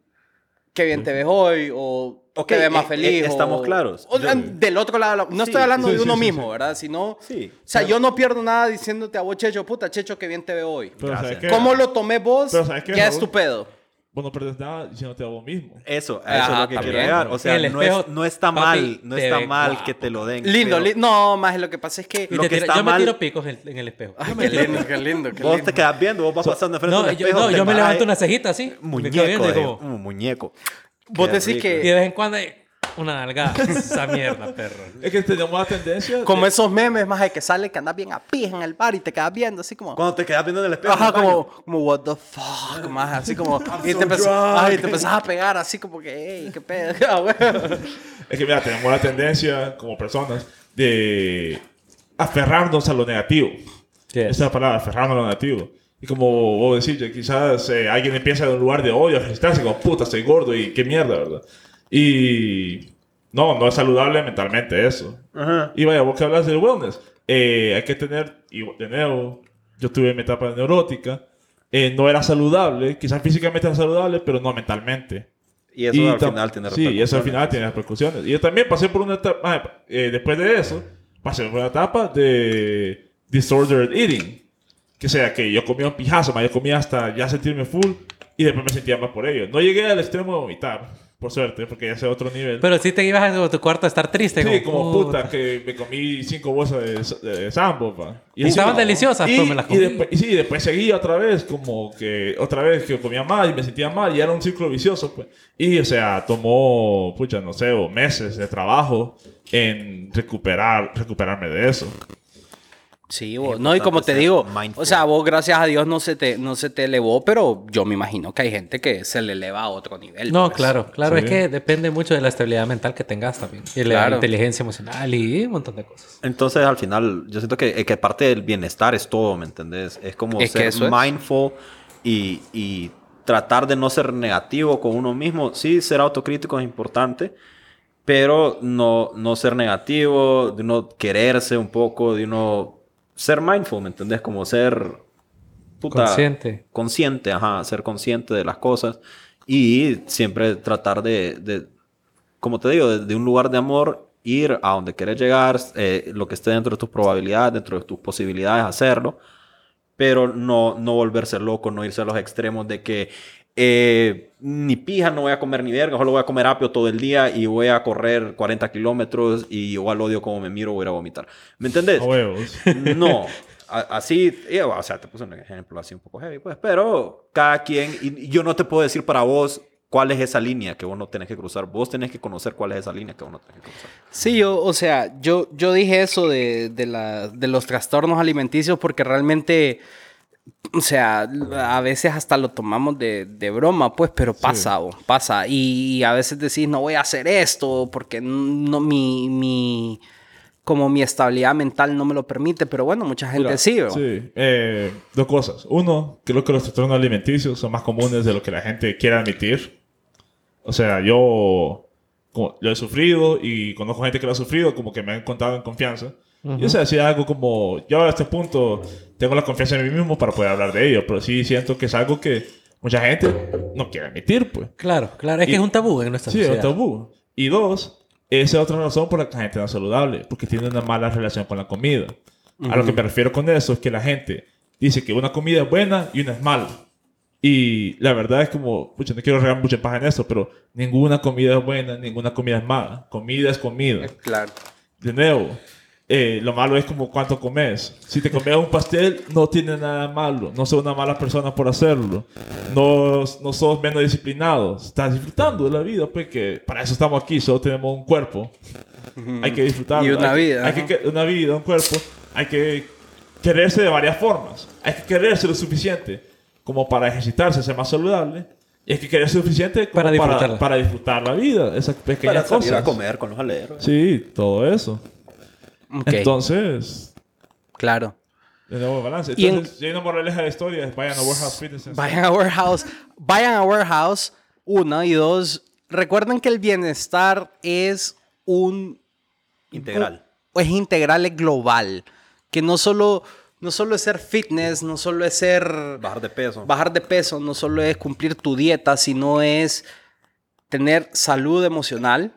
que bien te ves hoy o
Ok,
que ves
eh,
más
eh,
feliz. o-
estamos claros.
o-
Yo-
del otro lado, de la- no
Sí,
estoy hablando
sí,
de
sí,
uno
sí,
mismo,
sí.
¿verdad? Sino,
Sí.
o sea, yo no pierdo nada diciéndote a vos, Checho, puta, Checho, que bien te veo hoy.
pero ¿sabes
Gracias.
qué?
¿Cómo lo tomé vos?
Pero, ¿sabes qué,
Ya
Raúl?
es tu pedo.
Vos no perdes nada diciéndote a vos mismo.
Eso, a
Ajá,
eso es lo que
también.
quiero llegar. O sea,
El
no, es,
espejo,
no está
papi,
mal, no
te
está
ve
mal
guapo.
que te lo den.
Lindo,
pero
li- no, más lo que pasa es que...
Y
Lo
te
que
tira-
está
yo
mal-
me tiro picos en, en el espejo.
Ay, qué lindo, qué lindo, qué
Vos
lindo.
te quedas viendo, vos vas pasando enfrente
no,
del
yo,
espejo.
no,
te
yo me
paras,
levanto
eh,
una cejita así. me quedo
Muñeco,
viendo y
de,
como-
un muñeco.
Vos
Qué
decís
rico.
que-
y de vez en cuando eh, una nalgada. Esa mierda, perro.
Es que tenemos la tendencia.
Como esos memes, más de que sale que andas bien a pija en el bar y te quedas viendo así como...
Cuando te quedas viendo en el espejo.
Ajá,
en el baño.
como, como, what the fuck, más así como, y
so
te, empezó-
drunk.
ajá, y te empezás a pegar así como que, hey, qué pedo, ah, bueno.
Es que mira, tenemos la tendencia como personas de aferrarnos a lo negativo.
Sí.
Esa es la palabra, aferrarnos a lo negativo. Y como vos decís, ya quizás eh, alguien empieza en un lugar de odio a registrarse como puta, soy gordo y qué mierda, ¿verdad? Y no, no es saludable mentalmente eso.
Ajá.
Y vaya, vos que hablas del wellness, eh, hay que tener, y de nuevo, yo tuve mi etapa neurótica, eh, no era saludable, quizás físicamente era saludable, pero no mentalmente.
Y eso al
tam-
final tiene
Sí, y eso al
repercusiones.
final tiene repercusiones. Y yo también pasé por una etapa, ah, eh, después de eso, pasé por una etapa de disordered eating. Que sea que yo comía un pijazo, ma, yo comía hasta ya sentirme full y después me sentía más por ello. No llegué al extremo de vomitar, por suerte, porque ya es otro nivel.
Pero si te ibas a tu cuarto a estar triste.
sí, como puta, que me comí cinco bolsas de, s- de sambo, pa.
Y estaban
encima-
deliciosas,
y,
pero me las
y
comí.
después- y sí, después seguía otra vez, como que otra vez que comía mal y me sentía mal y era un círculo vicioso, pues. Y, o sea, tomó, pucha, no sé, o meses de trabajo en recuperar, recuperarme de eso.
Sí, vos. No, y como te
ser
digo,
mindful.
o sea, vos gracias a Dios no se, te, no se te elevó, pero yo me imagino que hay gente que se le eleva a otro nivel.
No,
pues.
claro, claro.
Sí.
Es que depende mucho de la estabilidad mental que tengas también. Y la
Claro.
inteligencia emocional y un montón de cosas.
Entonces, al final, yo siento que, que parte del bienestar es todo, ¿me entendés? Es como
Es que
ser
eso es.
mindful y, y tratar de no ser negativo con uno mismo. Sí, ser autocrítico es importante, pero no, no ser negativo, de uno quererse un poco, de uno ser mindful, ¿me entendés? Como ser puta,
Consciente.
Consciente, ajá, ser consciente de las cosas y siempre tratar de, de- como te digo, de, de un lugar de amor, ir a donde quieres llegar, eh, lo que esté dentro de tus probabilidades, dentro de tus posibilidades, hacerlo, pero no, no volverse loco, no irse a los extremos de que eh, ni pija, no voy a comer ni verga, solo voy a comer apio todo el día y voy a correr 40 kilómetros y igual odio como me miro, voy a ir a vomitar. ¿Me entendés?
A huevos.
No. A- Así, eh, o sea, te puse un ejemplo así un poco heavy, pues, pero cada quien, y y yo no te puedo decir para vos cuál es esa línea que vos no tenés que cruzar, vos tenés que conocer cuál es esa línea que vos no tenés que cruzar.
Sí, yo, o sea, yo, yo dije eso de, de, la- de los trastornos alimenticios porque realmente, o sea, a veces hasta lo tomamos de, de broma, pues, pero pasa, bo, pasa. Y, y a veces decís, no voy a hacer esto porque no mi, mi, como mi estabilidad mental no me lo permite, pero bueno, mucha gente sí, bo.
Sí, eh, dos cosas. Uno, creo que los trastornos alimenticios son más comunes de lo que la gente quiere admitir. O sea, yo como- lo he sufrido y conozco gente que lo ha sufrido, como que me han contado en confianza. Y o sea, sí algo como, yo a este punto tengo la confianza en mí mismo para poder hablar de ello, pero sí siento que es algo que mucha gente no quiere admitir, pues.
Claro, claro. Es
Y-
que es un tabú en nuestra
Sí, es
sociedad.
un tabú. Y dos, esa es otra razón por la que la gente no es saludable, porque tiene una mala relación con la comida. A lo que me refiero con eso es que la gente dice que una comida es buena y una es mala. Y la verdad es como, pucha, no quiero regar mucha paja en eso, pero ninguna comida es buena, ninguna comida es mala. Comida es comida.
Claro.
De nuevo, eh, lo malo es como cuánto comes. Si te comes un pastel, no tiene nada malo. No sos una mala persona por hacerlo. No, no sos menos disciplinado. Estás disfrutando de la vida, pues que para eso estamos aquí. Solo tenemos un cuerpo. Hay que disfrutarlo.
Y una
Hay que-
vida,
Hay que,
¿no?
que- una vida, un cuerpo. Hay que quererse de varias formas. Hay que quererse lo suficiente como para ejercitarse, ser más saludable. Y hay que quererse lo suficiente como
Para disfrutarla.
para, para disfrutar la vida. Esas pequeñas
Para salir
cosas.
a comer con los aleros.
Sí, todo eso.
Ok,
Entonces,
claro.
de nuevo balance.
Y en-
Entonces, si hay una moraleja de la historia, es vayan a Warehouse Fitness. en-
Vayan a Warehouse. Vayan a Warehouse. Uno y dos. Recuerden que el bienestar es un
Integral.
o es pues, integral, es global. Que no solo, no solo es ser fitness, no solo es ser
Bajar de peso.
bajar de peso, no solo es cumplir tu dieta, sino es tener salud emocional,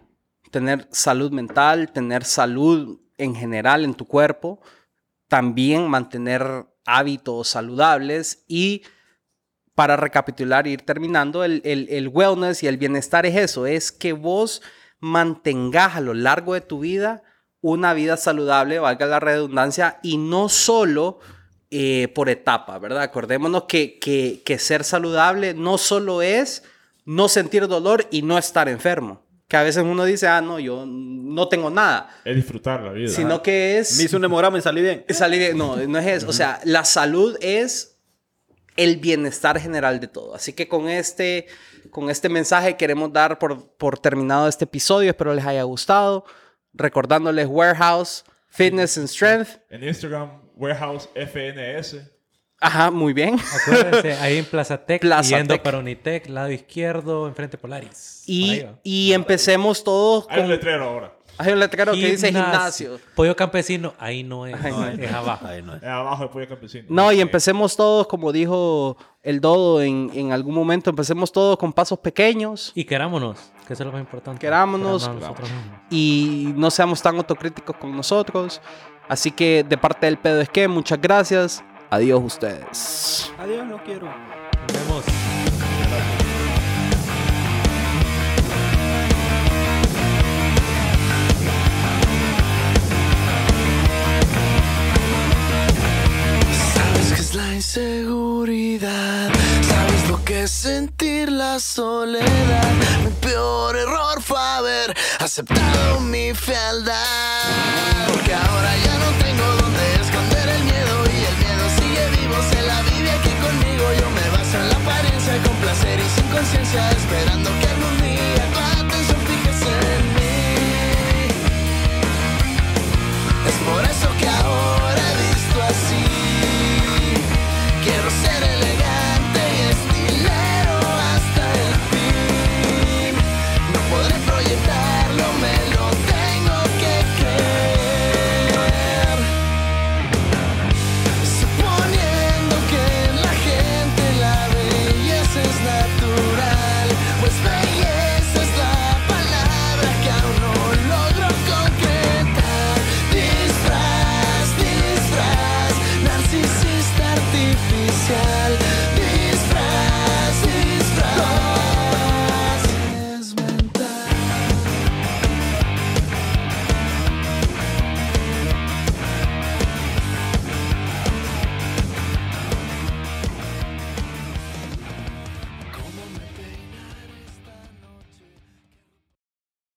tener salud mental, tener salud en general en tu cuerpo, también mantener hábitos saludables y para recapitular e ir terminando, el, el- el wellness y el bienestar es eso, es que vos mantengas a lo largo de tu vida una vida saludable, valga la redundancia, y no solo eh, por etapa, ¿verdad? Acordémonos que, que- que ser saludable no solo es no sentir dolor y no estar enfermo, que a veces uno dice, ah, no, yo no tengo nada,
Es disfrutar la vida.
sino que es...
Me hice un hemograma y salí bien.
Salí bien. No, no es eso. O sea, la salud es el bienestar general de todo. Así que con este, con este mensaje queremos dar por, por terminado este episodio. Espero les haya gustado. Recordándoles Warehouse, Fitness and Strength.
En Instagram, Warehouse FNS.
Ajá, muy bien.
Acuérdense, ahí en Plazatec,
Plaza
yendo
Tec.
para Unitec, lado izquierdo, enfrente Polaris. Por
Y,
ahí va.
y empecemos todos
Hay un
con...
letrero ahora.
Hay un letrero que dice gimnasio.
Pollo campesino, ahí no es.
Ahí no es.
es abajo.
Ahí no es.
Abajo después de campesino.
No, y
Eh,
empecemos todos, como dijo el Dodo en, en algún momento, empecemos todos con pasos pequeños
Y querámonos, que eso es lo más importante.
Querámonos.
Querámonos nosotros mismos.
y no seamos tan autocríticos con nosotros. Así que de parte del pedo es que muchas gracias. Adiós ustedes.
Adiós, no quiero.
Nos vemos.
Sabes que es la inseguridad, sabes lo que es sentir la soledad. Mi peor error fue haber aceptado mi fealdad. Porque ahora ya no tengo donde esconder el miedo y el miedo sigue vivo, se la vive aquí conmigo. Yo me baso en la apariencia con placer y sin conciencia, esperando que pues